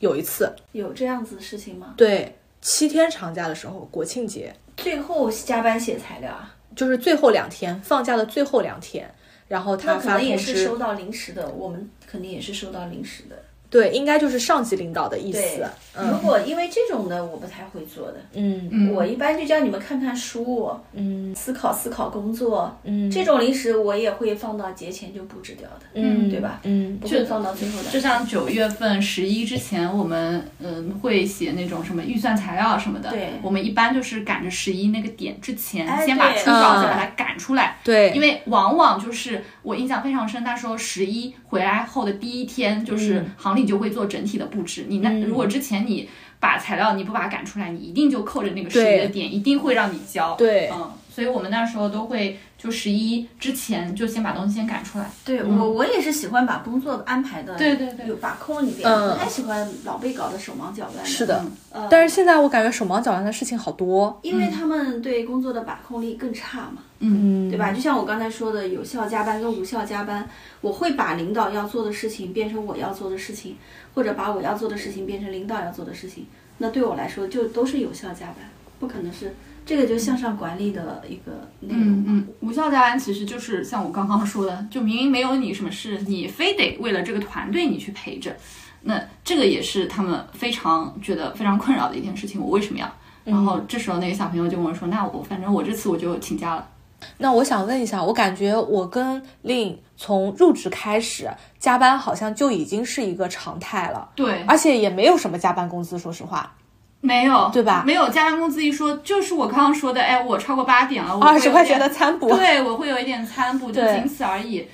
Speaker 5: 有一次，
Speaker 4: 有这样子的事情吗？
Speaker 5: 对七天长假的时候，国庆节
Speaker 4: 最后加班写材料啊，
Speaker 5: 就是最后两天，放假的最后两天，然后
Speaker 4: 那
Speaker 5: 他
Speaker 4: 可
Speaker 5: 发
Speaker 4: 能也
Speaker 5: 通
Speaker 4: 是收
Speaker 5: 知，
Speaker 4: 到临时的，我们肯定也是收到临时的。
Speaker 5: 对，应该就是上级领导的意
Speaker 4: 对
Speaker 5: 思，，
Speaker 4: 如
Speaker 5: 嗯
Speaker 4: 果因为这种的，我不太会做的。
Speaker 5: 嗯
Speaker 2: 嗯，
Speaker 4: 我一般就叫你们看看书，
Speaker 5: 嗯
Speaker 4: 思考思考工作。
Speaker 5: 嗯，
Speaker 4: 这种零食我也会放到节前就布置掉的，
Speaker 5: 嗯
Speaker 4: 对吧？
Speaker 5: 嗯
Speaker 4: 不会放到最后
Speaker 2: 就
Speaker 4: 的。
Speaker 2: 像九月份、十一之前，我们嗯会写那种什么预算材料什么的。
Speaker 4: 对
Speaker 2: 我们一般就是赶着十一那个点之前，
Speaker 4: 哎
Speaker 2: 先把
Speaker 4: 对
Speaker 2: 初稿
Speaker 5: 嗯
Speaker 2: 先把它赶出来。
Speaker 5: 对，
Speaker 2: 因为往往就是我印象非常深，那时候十一回来后的第一天，就是行里就会做整体的布
Speaker 4: 嗯
Speaker 2: 置。你那如果之前你把材料你不把它赶出来，你一定就扣着那个十一
Speaker 5: 对
Speaker 2: 的点，一定会让你交。
Speaker 5: 对
Speaker 2: 嗯，所以我们那时候都会就十一之前就先把东西先赶出来。
Speaker 4: 对
Speaker 5: 嗯
Speaker 4: 我，我也是喜欢把工作安排的，
Speaker 2: 对对对
Speaker 4: 有把控一点，
Speaker 5: 嗯
Speaker 4: 不太喜欢老被搞得手忙脚乱的。
Speaker 5: 是的
Speaker 2: 嗯，
Speaker 4: 呃，
Speaker 5: 但是现在我感觉手忙脚乱的事情好多，
Speaker 4: 因为他们对工作的把控力更差嘛，
Speaker 5: 嗯，
Speaker 4: 对吧？就像我刚才说的，有效加班跟无效加班，我会把领导要做的事情变成我要做的事情，或者把我要做的事情变成领导要做的事情，那对我来说就都是有效加班，不可能是这个就向上管理的一个内容
Speaker 2: 嗯
Speaker 4: 嘛。
Speaker 2: 嗯，无效加班其实就是像我刚刚说的，就明明没有你什么事，你非得为了这个团队你去陪着，那这个也是他们非常觉得非常困扰的一件事情。我为什么要？然
Speaker 5: 嗯
Speaker 2: 后这时候那个小朋友就跟我说：“那我反正我这次我就请假了。
Speaker 5: 那我想问一下，我感觉我跟令从入职开始，加班好像就已经是一个常态了”，
Speaker 2: 对，
Speaker 5: 而且也没有什么加班工资，说实话，
Speaker 2: 没有，
Speaker 5: 对吧
Speaker 2: 没有加班工资一说，就是我刚刚说的，哎，我超过八点了，我会有
Speaker 5: 二十块钱
Speaker 2: 点
Speaker 5: 的餐补。
Speaker 2: 对，我会有一点餐补，就
Speaker 5: 对
Speaker 2: 仅此而已。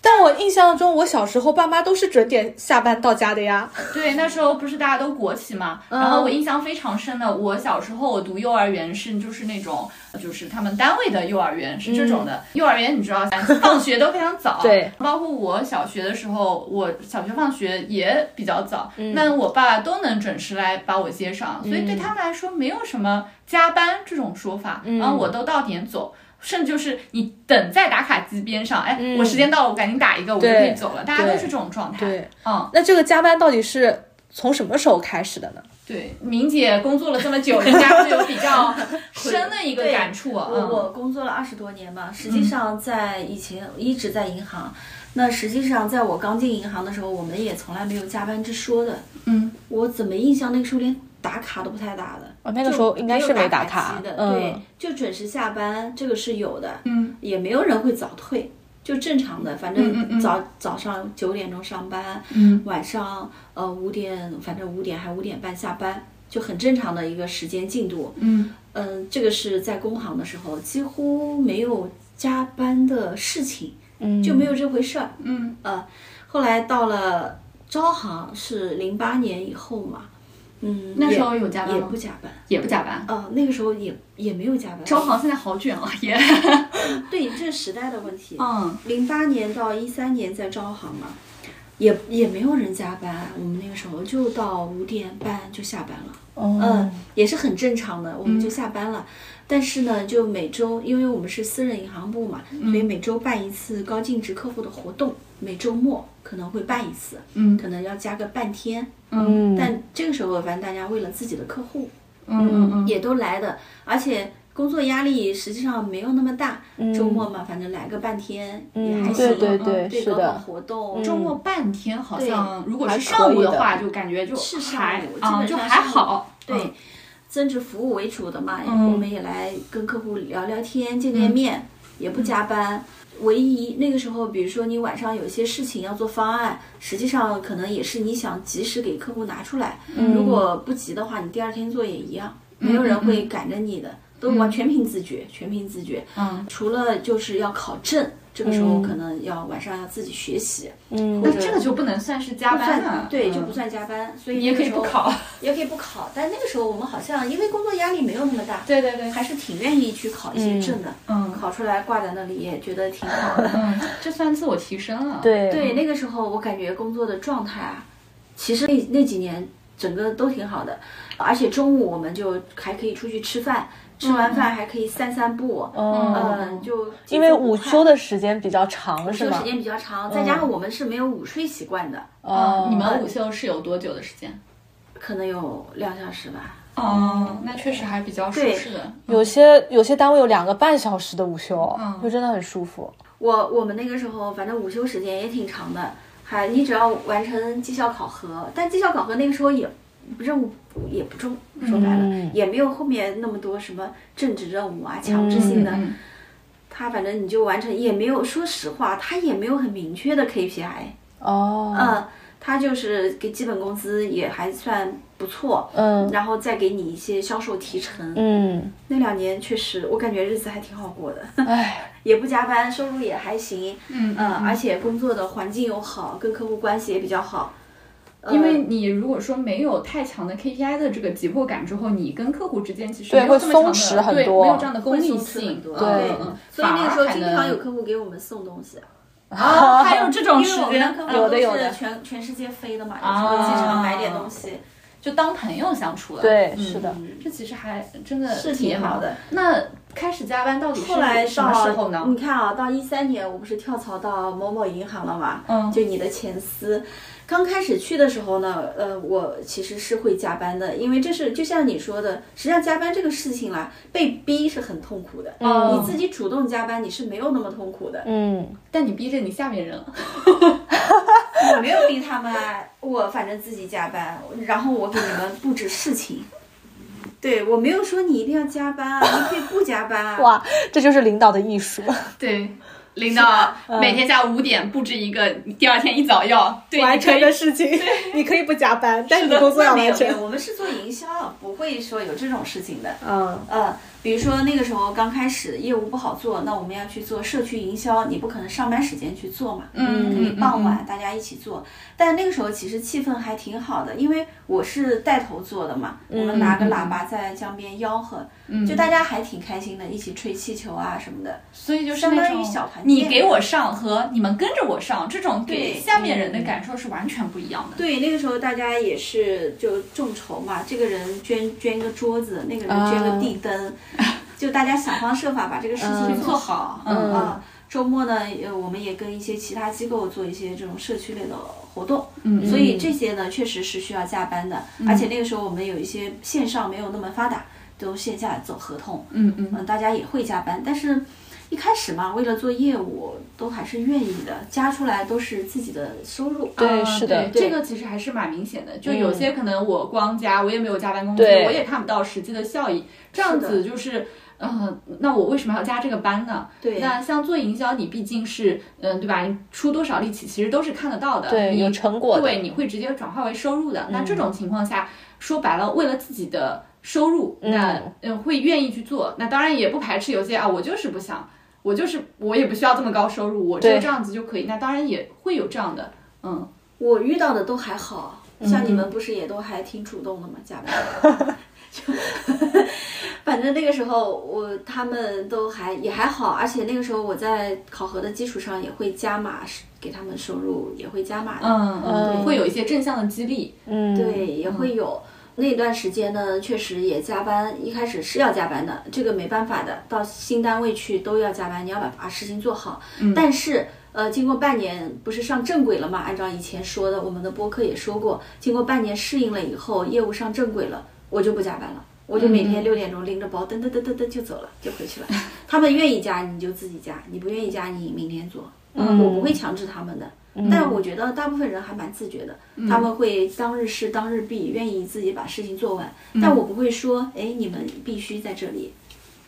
Speaker 5: 但我印象中，我小时候爸妈都是准点下班到家的呀。
Speaker 2: 对，那时候不是大家都国企嘛，然
Speaker 5: 嗯
Speaker 2: 后我印象非常深的，我小时候我读幼儿园是就是那种就是他们单位的幼儿园是这种的，幼儿园你知道 放学都非常早，
Speaker 5: 嗯 对，
Speaker 2: 包括我小学的时候，我小学放学也比较早，
Speaker 5: 嗯
Speaker 2: 那我爸都能准时来把我接上，所以对他们来说没有什么加班这种说法，
Speaker 5: 嗯
Speaker 2: 然后我都到点走。甚至就是你等在打卡机边上，哎，我时间到了，我赶紧打一个，我就可以
Speaker 5: 嗯对
Speaker 2: 走了。大家都
Speaker 5: 对
Speaker 2: 是这种状态。
Speaker 5: 对，
Speaker 2: 嗯，
Speaker 5: 那这个加班到底是从什么时候开始的呢？
Speaker 2: 对，明姐工作了这么久，人家会有比 较深的一个感触啊。
Speaker 4: 我我工作了二十多年嘛，实际上在以前一直在银行。那实际上，在我刚进银行的时候，我们也从来没有加班之说的。
Speaker 2: 嗯，
Speaker 4: 我怎么印象那个时候连打卡都不太打的。
Speaker 5: 哦，那个时候应该是
Speaker 4: 没有
Speaker 5: 打
Speaker 4: 卡
Speaker 5: 卡
Speaker 4: 机的，，对
Speaker 5: 嗯，，
Speaker 4: 就准时下班，这个是有的。
Speaker 2: 嗯，
Speaker 4: 也没有人会早退，就正常的，反
Speaker 2: 嗯嗯嗯
Speaker 4: 正早早上九点钟上班，
Speaker 2: 嗯，
Speaker 4: 晚上呃五点，反正五点还五点半下班，就很正常的一个时间进度。
Speaker 2: 嗯
Speaker 4: 嗯，这个是在工行的时候几乎没有加班的事情，
Speaker 5: 嗯
Speaker 4: 就没有这回事儿。
Speaker 2: 嗯
Speaker 4: 呃，后来到了招行是零八年以后嘛，嗯，
Speaker 2: 那
Speaker 4: 也
Speaker 2: 时候有加班
Speaker 4: 也
Speaker 2: 吗
Speaker 4: 不加班。
Speaker 2: 也不加班。
Speaker 4: 呃，那个时候也也没有加班，
Speaker 2: 招行现在好卷啊，也
Speaker 4: 对，这是时代的问题。
Speaker 2: 嗯
Speaker 4: 零八年到一三年在招行嘛，也也没有人加班，我们那个时候就到五点半就下班了，嗯
Speaker 5: 嗯，
Speaker 4: 也是很正常的，我们就下班了。但是呢，就每周，因为我们是私人银行部嘛，所以每周办一次高净值客户的活动，每周末可能会办一次，
Speaker 2: 嗯
Speaker 4: 可能要加个半天。
Speaker 2: 嗯
Speaker 4: 但这个时候，反正大家为了自己的客户，
Speaker 2: 嗯嗯嗯，
Speaker 4: 也都来的，而且工作压力实际上没有那么大。周末嘛，反正来个半天也还
Speaker 5: 嗯，
Speaker 4: 行
Speaker 5: 对
Speaker 4: 啊。
Speaker 5: 对
Speaker 2: 嗯
Speaker 5: 对，
Speaker 4: 对，
Speaker 5: 是
Speaker 4: 搞搞
Speaker 5: 的，嗯
Speaker 4: 活动。
Speaker 2: 周末半天好像，如果是
Speaker 5: 还
Speaker 2: 上午
Speaker 5: 可以
Speaker 2: 的
Speaker 5: 的
Speaker 2: 话，就感觉就是
Speaker 4: 上
Speaker 2: 还
Speaker 4: 午基
Speaker 2: 啊
Speaker 4: 本
Speaker 2: 就
Speaker 4: 上
Speaker 2: 还
Speaker 4: 上午
Speaker 2: 好。
Speaker 4: 对
Speaker 2: 嗯，
Speaker 4: 增值服务为主的嘛，
Speaker 2: 嗯
Speaker 5: 嗯
Speaker 4: 我们也来跟客户聊聊天、见见面。也不加班。唯一那个时候，比如说你晚上有一些事情要做方案，实际上可能也是你想及时给客户拿出来。
Speaker 5: 嗯
Speaker 4: 如果不急的话，你第二天做也一样，没有人会赶着你的，都完全凭自觉，全凭自觉。
Speaker 2: 嗯，
Speaker 4: 除了就是要考证，这个时候可能要晚上要自己学习，
Speaker 5: 嗯
Speaker 4: 或者
Speaker 2: 这个就不能算是加
Speaker 4: 不
Speaker 2: 班
Speaker 4: 算
Speaker 2: 了，
Speaker 4: 对，
Speaker 2: 嗯
Speaker 4: 就不算加班。所以
Speaker 2: 你也可以不，考。
Speaker 4: 也可以不考。但那个时候我们好像因为工作压力没有那么大，
Speaker 2: 对对对，
Speaker 4: 还是挺愿意去考一些证的。
Speaker 2: 嗯
Speaker 4: 考出来挂在那里也觉得挺好的。
Speaker 2: 嗯，这算自我提升了。，
Speaker 5: 对
Speaker 4: 对，那个时候我感觉工作的状态啊，其实那那几年整个都挺好的，而且中午我们就还可以出去吃饭，吃
Speaker 2: 嗯
Speaker 4: 完饭还可以散散步，
Speaker 2: 哦
Speaker 4: 嗯，
Speaker 5: 嗯，
Speaker 4: 就
Speaker 5: 因为午休的时间比较长，
Speaker 4: 午
Speaker 5: 是
Speaker 4: 休
Speaker 5: 吗
Speaker 4: 时？间比较长，再加
Speaker 5: 嗯
Speaker 4: 上我们是没有午睡习惯的，
Speaker 5: 哦
Speaker 2: 嗯你们午休是有多久的时间？
Speaker 4: 可能有两小时吧。
Speaker 2: 哦，那确实还比较舒
Speaker 4: 对
Speaker 2: 适的。
Speaker 5: 有些有些单位有两个半小时的午休，
Speaker 2: 嗯
Speaker 5: 就真的很舒服。
Speaker 4: 我我们那个时候反正午休时间也挺长的，还你只要完成绩效考核，但绩效考核那个时候也任务也不重，说白了、
Speaker 5: 嗯
Speaker 4: 也没有后面那么多什么政治任务啊、强制性的，
Speaker 2: 嗯
Speaker 4: 他反正你就完成，也没有说实话，他也没有很明确的 KPI，
Speaker 5: 哦，
Speaker 4: 嗯，他就是给基本工资也还算不错，
Speaker 5: 嗯
Speaker 4: 然后再给你一些销售提成，
Speaker 5: 嗯，
Speaker 4: 那两年确实我感觉日子还挺好过的，
Speaker 5: 哎，
Speaker 4: 也不加班，收入也还行，
Speaker 2: 嗯
Speaker 4: 嗯，而且工作的环境又好，跟客户关系也比较好。呃
Speaker 2: 因为你如果说没有太强的 KPI 的这个急迫感之后，你跟客户之间其实
Speaker 5: 对
Speaker 2: 没有这么
Speaker 5: 会
Speaker 2: 强的
Speaker 5: 松弛很
Speaker 2: 对
Speaker 5: 多
Speaker 2: 没有这样的功
Speaker 4: 会
Speaker 2: 利
Speaker 4: 松弛
Speaker 2: 性
Speaker 4: 很，多，
Speaker 5: 对
Speaker 4: 对
Speaker 2: 嗯，嗯
Speaker 4: 所以那个时候经
Speaker 2: 反而还
Speaker 4: 常
Speaker 2: 能
Speaker 4: 有客户给我们送东西，
Speaker 2: 啊，还有这种
Speaker 4: 因为
Speaker 2: 时
Speaker 4: 我们的
Speaker 2: 间
Speaker 4: 客户
Speaker 5: 有的有
Speaker 4: 都
Speaker 5: 的
Speaker 4: 是全全世界飞的嘛，
Speaker 2: 啊
Speaker 4: 有时候机场买点东西，
Speaker 2: 就当朋友相处了。
Speaker 5: 对，
Speaker 2: 嗯
Speaker 5: 是的，
Speaker 2: 这其实还真的
Speaker 4: 是挺好的。
Speaker 2: 那开始加班到嗯底是
Speaker 4: 后来
Speaker 2: 什么时候
Speaker 4: 到
Speaker 2: 呢
Speaker 4: 你？看啊，到一三年我不是跳槽到某某银行了嘛，
Speaker 2: 嗯
Speaker 4: 就你的前司。刚开始去的时候呢，呃，我其实是会加班的，因为这是就像你说的，实际上加班这个事情啦，被逼是很痛苦的。
Speaker 2: 嗯
Speaker 4: 你自己主动加班，你是没有那么痛苦的。
Speaker 5: 嗯，
Speaker 2: 但你逼着你下面人了，嗯
Speaker 4: 我没有逼他们啊，我反正自己加班，然后我给你们布置事情。 对我没有说你一定要加班啊，你可以不加班啊。
Speaker 5: 哇，这就是领导的 艺术。
Speaker 2: 对。领导每天下午五点布置一个，第二天一早要对
Speaker 3: 完成的事 情，你可以不加班，但你工作要
Speaker 4: 没
Speaker 3: 完
Speaker 4: 有没
Speaker 3: 成
Speaker 4: 有，。我们是做营销，不会说有这种事情的。
Speaker 3: 嗯，
Speaker 4: 呃，比如说那个时候刚开始业务不好做，那我们要去做社区营销，你不可能上班时间去做嘛，
Speaker 2: 嗯
Speaker 4: 可以
Speaker 2: 嗯
Speaker 4: 傍晚大家一起做。但那个时候其实气氛还挺好的，因为我是带头做的嘛，
Speaker 3: 嗯
Speaker 4: 我们拿个喇叭在江边吆喝，就大家还挺开心的，一起吹气球啊什么的。
Speaker 2: 嗯所以就是
Speaker 4: 相
Speaker 2: 那
Speaker 4: 当于
Speaker 2: 种
Speaker 4: 小团
Speaker 2: 你
Speaker 4: 建
Speaker 2: 给我上和你们跟着我上，这种给
Speaker 4: 对嗯
Speaker 2: 下面人的感受是完全不一样的。
Speaker 4: 对，那个时候大家也是就众筹嘛，这个人捐捐个桌子，那个人捐个地灯，就大家想方设法把这个事情
Speaker 2: 啊嗯
Speaker 4: 做好。
Speaker 2: 嗯
Speaker 4: 啊，周末呢，呃，我们也跟一些其他机构做一些这种社区类的活动。
Speaker 2: 嗯
Speaker 4: 所以这些呢，确实是需要加班的。而且那个时候我们有一些线上没有那么发达，都线下走合同。
Speaker 2: 嗯嗯
Speaker 4: 嗯，大家也会加班，但是一开始嘛，为了做业务，都还是愿意的，加出来都是自己的收入。
Speaker 5: 对
Speaker 2: 嗯
Speaker 5: 是的
Speaker 2: 对这个其实还是蛮明显的。就
Speaker 4: 嗯
Speaker 2: 有些可能我光加，我也没有加班工资，
Speaker 5: 对
Speaker 2: 我也看不到实际的效益。这样子就是，嗯，那我为什么要加这个班呢？
Speaker 4: 对
Speaker 2: 那像做营销，你毕竟是，嗯，对吧？你出多少力气，其实都是看得到的。
Speaker 5: 对，
Speaker 2: 你
Speaker 5: 有成果的。
Speaker 2: 对，你会直接转化为收入的。那这种情况下，说白了，为了自己的收入，那嗯会愿意去做。那当然也不排斥有些啊，我就是不想，我就是我也不需要这么高收入，我就
Speaker 5: 对
Speaker 2: 这样子就可以。那当然也会有这样的，嗯，
Speaker 4: 我遇到的都还好，像你们不是也都还挺主动的嘛，加 班。就 反正那个时候我他们都还也还好，而且那个时候我在考核的基础上也会加码，给他们收入也会加码的。
Speaker 2: 嗯
Speaker 5: 嗯
Speaker 2: 会有一些正向的激励。
Speaker 5: 嗯，
Speaker 4: 对，也会有。那段时间呢，确实也加班，一开始是要加班的，这个没办法的。到新单位去都要加班，你要把把事情做好。但是，呃，经过半年，不是上正轨了嘛？按照以前说的，我们的播客也说过，经过半年适应了以后，业务上正轨了，我就不加班了，我就每天六点钟拎着包噔噔噔噔噔就走了，就回去了。他们愿意加你就自己加，你不愿意加你明天做。嗯，我不会强制他们的。但我觉得大部分人还蛮自觉的，他们会当日事当日毕，愿意自己把事情做完。但我不会说，哎，你们必须在这里，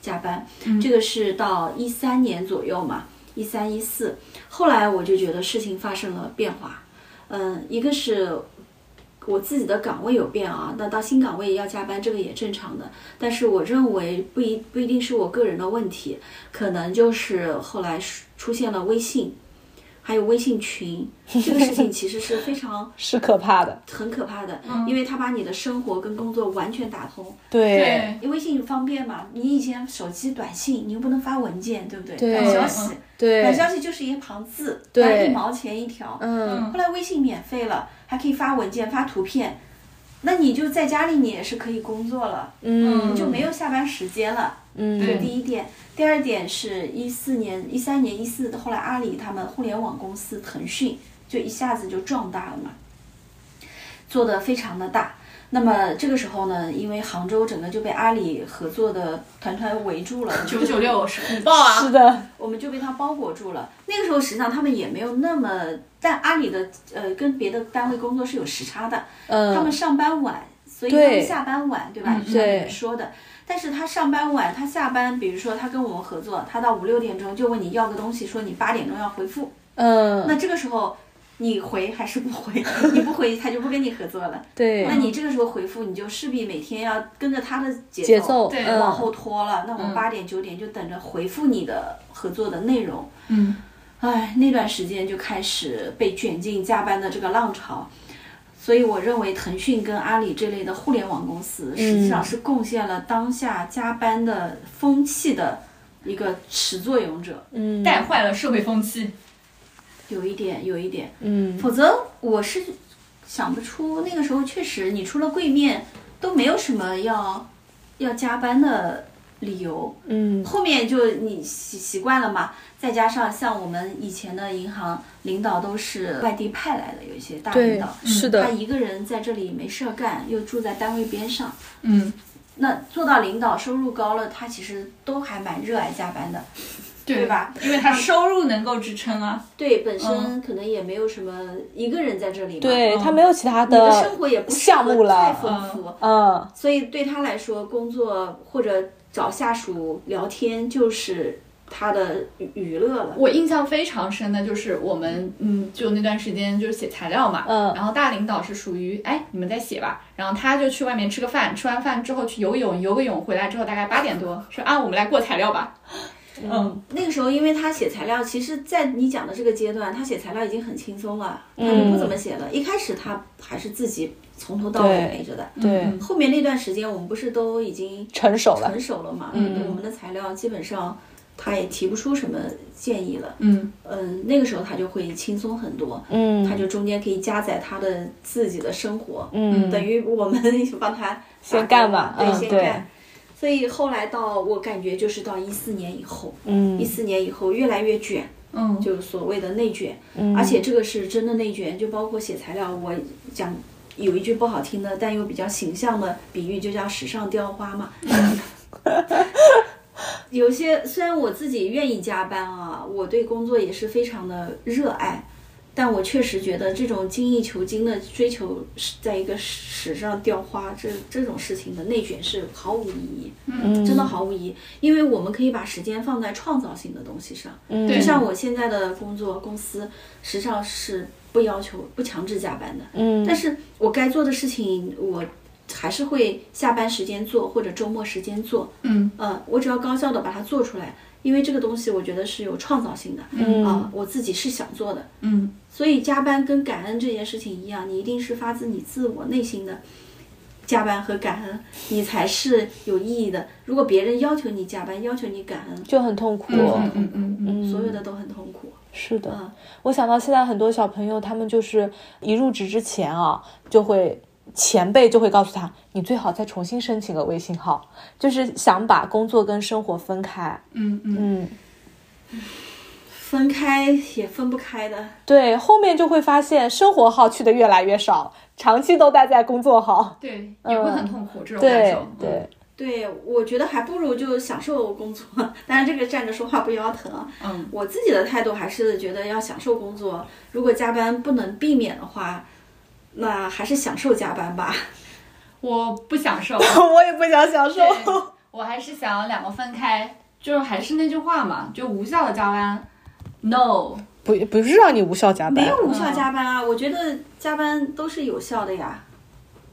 Speaker 4: 加班，这个是到一三年左右嘛，一三一四。后来我就觉得事情发生了变化，嗯，一个是我自己的岗位有变啊，那到新岗位要加班，这个也正常的。但是我认为不一不一定是我个人的问题，可能就是后来出出现了微信，还有微信群，这个事情其实是非常
Speaker 5: 是可怕的，
Speaker 4: 很可怕的，因为它把你的生活跟工作完全打通。
Speaker 5: 对
Speaker 2: 对，
Speaker 4: 因为微信方便嘛，你以前手机短信你又不能发文件，对不对？
Speaker 5: 对嗯
Speaker 4: 短消息，短
Speaker 5: 对
Speaker 4: 消息就是一行字，
Speaker 5: 对
Speaker 4: 大概一毛钱一条。
Speaker 5: 嗯，
Speaker 4: 后来微信免费了，还可以发文件、发图片，那你就在家里你也是可以工作了，
Speaker 5: 嗯
Speaker 4: 你就没有下班时间了。
Speaker 5: 嗯
Speaker 4: 第一点，第二点是一四年、一三年、一四，后来阿里他们互联网公司腾讯就一下子就壮大了嘛，做的非常的大。那么这个时候呢，因为杭州整个就被阿里合作的团团围住了，
Speaker 2: 九九六 是虎豹啊，
Speaker 5: 是的，
Speaker 4: 我们就被它包裹住了。那个时候实际上他们也没有那么，但阿里的呃跟别的单位工作是有时差的，他们
Speaker 5: 嗯，
Speaker 4: 上班晚，所以他
Speaker 5: 对
Speaker 4: 们下班晚，对吧？
Speaker 2: 嗯
Speaker 4: 就像你们
Speaker 5: 对
Speaker 4: 说的。但是他上班晚，他下班，比如说他跟我们合作，他到五六点钟就问你要个东西，说你八点钟要回复。那
Speaker 5: 嗯，
Speaker 4: 这个时候你回还是不回？ 你不回，他就不跟你合作了。
Speaker 5: 对
Speaker 4: 那，你这个时候回复，你就势必每天要跟着他的节奏
Speaker 5: 节奏，
Speaker 2: 对
Speaker 4: 往
Speaker 5: 嗯，
Speaker 4: 后拖了。那我八点九点就等着回复你的合作的内容。
Speaker 2: 嗯，
Speaker 4: 哎，那段时间就开始被卷进加班的这个浪潮，所以我认为腾讯跟阿里这类的互联网公司，实际上是贡献了当下加班的风气的一个始作俑者，
Speaker 5: 嗯，
Speaker 2: 带坏了社会风气。
Speaker 4: 有一点，有一点，
Speaker 5: 嗯，
Speaker 4: 否则我是想不出那个时候确实你除了柜面都没有什么要要加班的理由，
Speaker 5: 嗯，
Speaker 4: 后面就你习习惯了嘛，再加上像我们以前的银行领导都是外地派来的，有一些大领
Speaker 5: 对
Speaker 4: 导，，
Speaker 5: 是
Speaker 4: 他
Speaker 5: 的，
Speaker 4: 一个人在这里没事儿干，又住在单位边上，
Speaker 2: 嗯，
Speaker 4: 那做到领导收入高了，他其实都还蛮热爱加班的，对吧？
Speaker 2: 因为他收入能够支撑啊。
Speaker 4: 对，本身
Speaker 2: 嗯
Speaker 4: 可能也没有什么一个人在这里嘛，呃
Speaker 5: 对
Speaker 2: 嗯
Speaker 5: 他没有其他
Speaker 4: 你的生活也不是
Speaker 5: 项目
Speaker 4: 太
Speaker 5: 了，
Speaker 4: 丰富，
Speaker 5: 嗯，
Speaker 4: 所以对他来说，工作或者找下属聊天就是他的娱娱乐了。
Speaker 2: 我印象非常深的就是我们，嗯，就那段时间就是写材料嘛，
Speaker 5: 嗯
Speaker 2: 然后大领导是属于，哎，你们在写吧，然后他就去外面吃个饭，吃完饭之后去游泳，游个泳回来之后大概八点多，说啊，我们来过材料吧，嗯，
Speaker 4: 那个时候，因为他写材料，其实，在你讲的这个阶段，他写材料已经很轻松了，他就不怎么写了。一开始他还是自己从头到尾
Speaker 5: 对
Speaker 4: 陪着的。
Speaker 5: 对，
Speaker 2: 嗯
Speaker 4: 后面那段时间，我们不是都已经
Speaker 5: 成熟了，
Speaker 4: 成熟了嘛？对我们的材料基本上他也提不出什么建议了。
Speaker 2: 嗯，
Speaker 4: 嗯，那个时候他就会轻松很多，
Speaker 5: 嗯，
Speaker 4: 他就中间可以加载他的自己的生活。
Speaker 5: 嗯，
Speaker 4: 等于我们帮他
Speaker 5: 先干吧
Speaker 4: 对，
Speaker 5: 嗯
Speaker 4: 先
Speaker 5: 对
Speaker 4: 干。所以后来到我感觉就是到一四年以后，一
Speaker 5: 嗯
Speaker 4: 四年以后越来越卷，
Speaker 2: 嗯，
Speaker 4: 就是所谓的内卷，
Speaker 5: 嗯，
Speaker 4: 而且这个是真的内卷，就包括写材料，我讲有一句不好听的，但又比较形象的比喻，就叫时尚雕花嘛。 有些虽然我自己愿意加班啊，我对工作也是非常的热爱，但我确实觉得这种精益求精的追求，是在一个时尚雕花这这种事情的内卷是毫无意义，
Speaker 5: 嗯
Speaker 4: 真的毫无意义，因为我们可以把时间放在创造性的东西上。
Speaker 5: 对
Speaker 4: 就像我现在的工作公司，实际上是不要求、不强制加班的，
Speaker 5: 嗯，
Speaker 4: 但是我该做的事情，我还是会下班时间做或者周末时间做。
Speaker 2: 嗯，
Speaker 4: 呃，我只要高效的把它做出来，因为这个东西我觉得是有创造性的，
Speaker 5: 嗯
Speaker 4: 啊、我自己是想做的，
Speaker 2: 嗯，
Speaker 4: 所以加班跟感恩这件事情一样，你一定是发自你自我内心的加班和感恩，你才是有意义的。如果别人要求你加班，要求你感恩，
Speaker 5: 就很痛苦，
Speaker 2: 嗯嗯嗯嗯，
Speaker 5: 嗯
Speaker 4: 所有的都很痛苦。
Speaker 5: 是的
Speaker 4: 嗯，
Speaker 5: 我想到现在很多小朋友，他们就是一入职之前啊，就会前辈就会告诉他，你最好再重新申请个微信号，就是想把工作跟生活分开。
Speaker 2: 嗯嗯，
Speaker 5: 嗯，
Speaker 4: 分开也分不开的，
Speaker 5: 对，后面就会发现生活号去的越来越少，长期都待在工作号。
Speaker 2: 对，也会很痛苦这种感
Speaker 5: 对
Speaker 2: 受，
Speaker 5: 对，
Speaker 4: 对我觉得还不如就享受工作。 当然，这个站着说话不腰疼啊。
Speaker 2: 嗯，
Speaker 4: 我自己的态度还是觉得要享受工作，如果加班不能避免的话，那还是享受加班吧。
Speaker 2: 我不享受，
Speaker 5: 我也不想享受。
Speaker 2: 对我还是想两个分开，就是还是那句话嘛，就无效的加班，no，
Speaker 5: 不不是让你无效加班
Speaker 4: 没，有无效加班啊，我觉得加班都是有效的呀。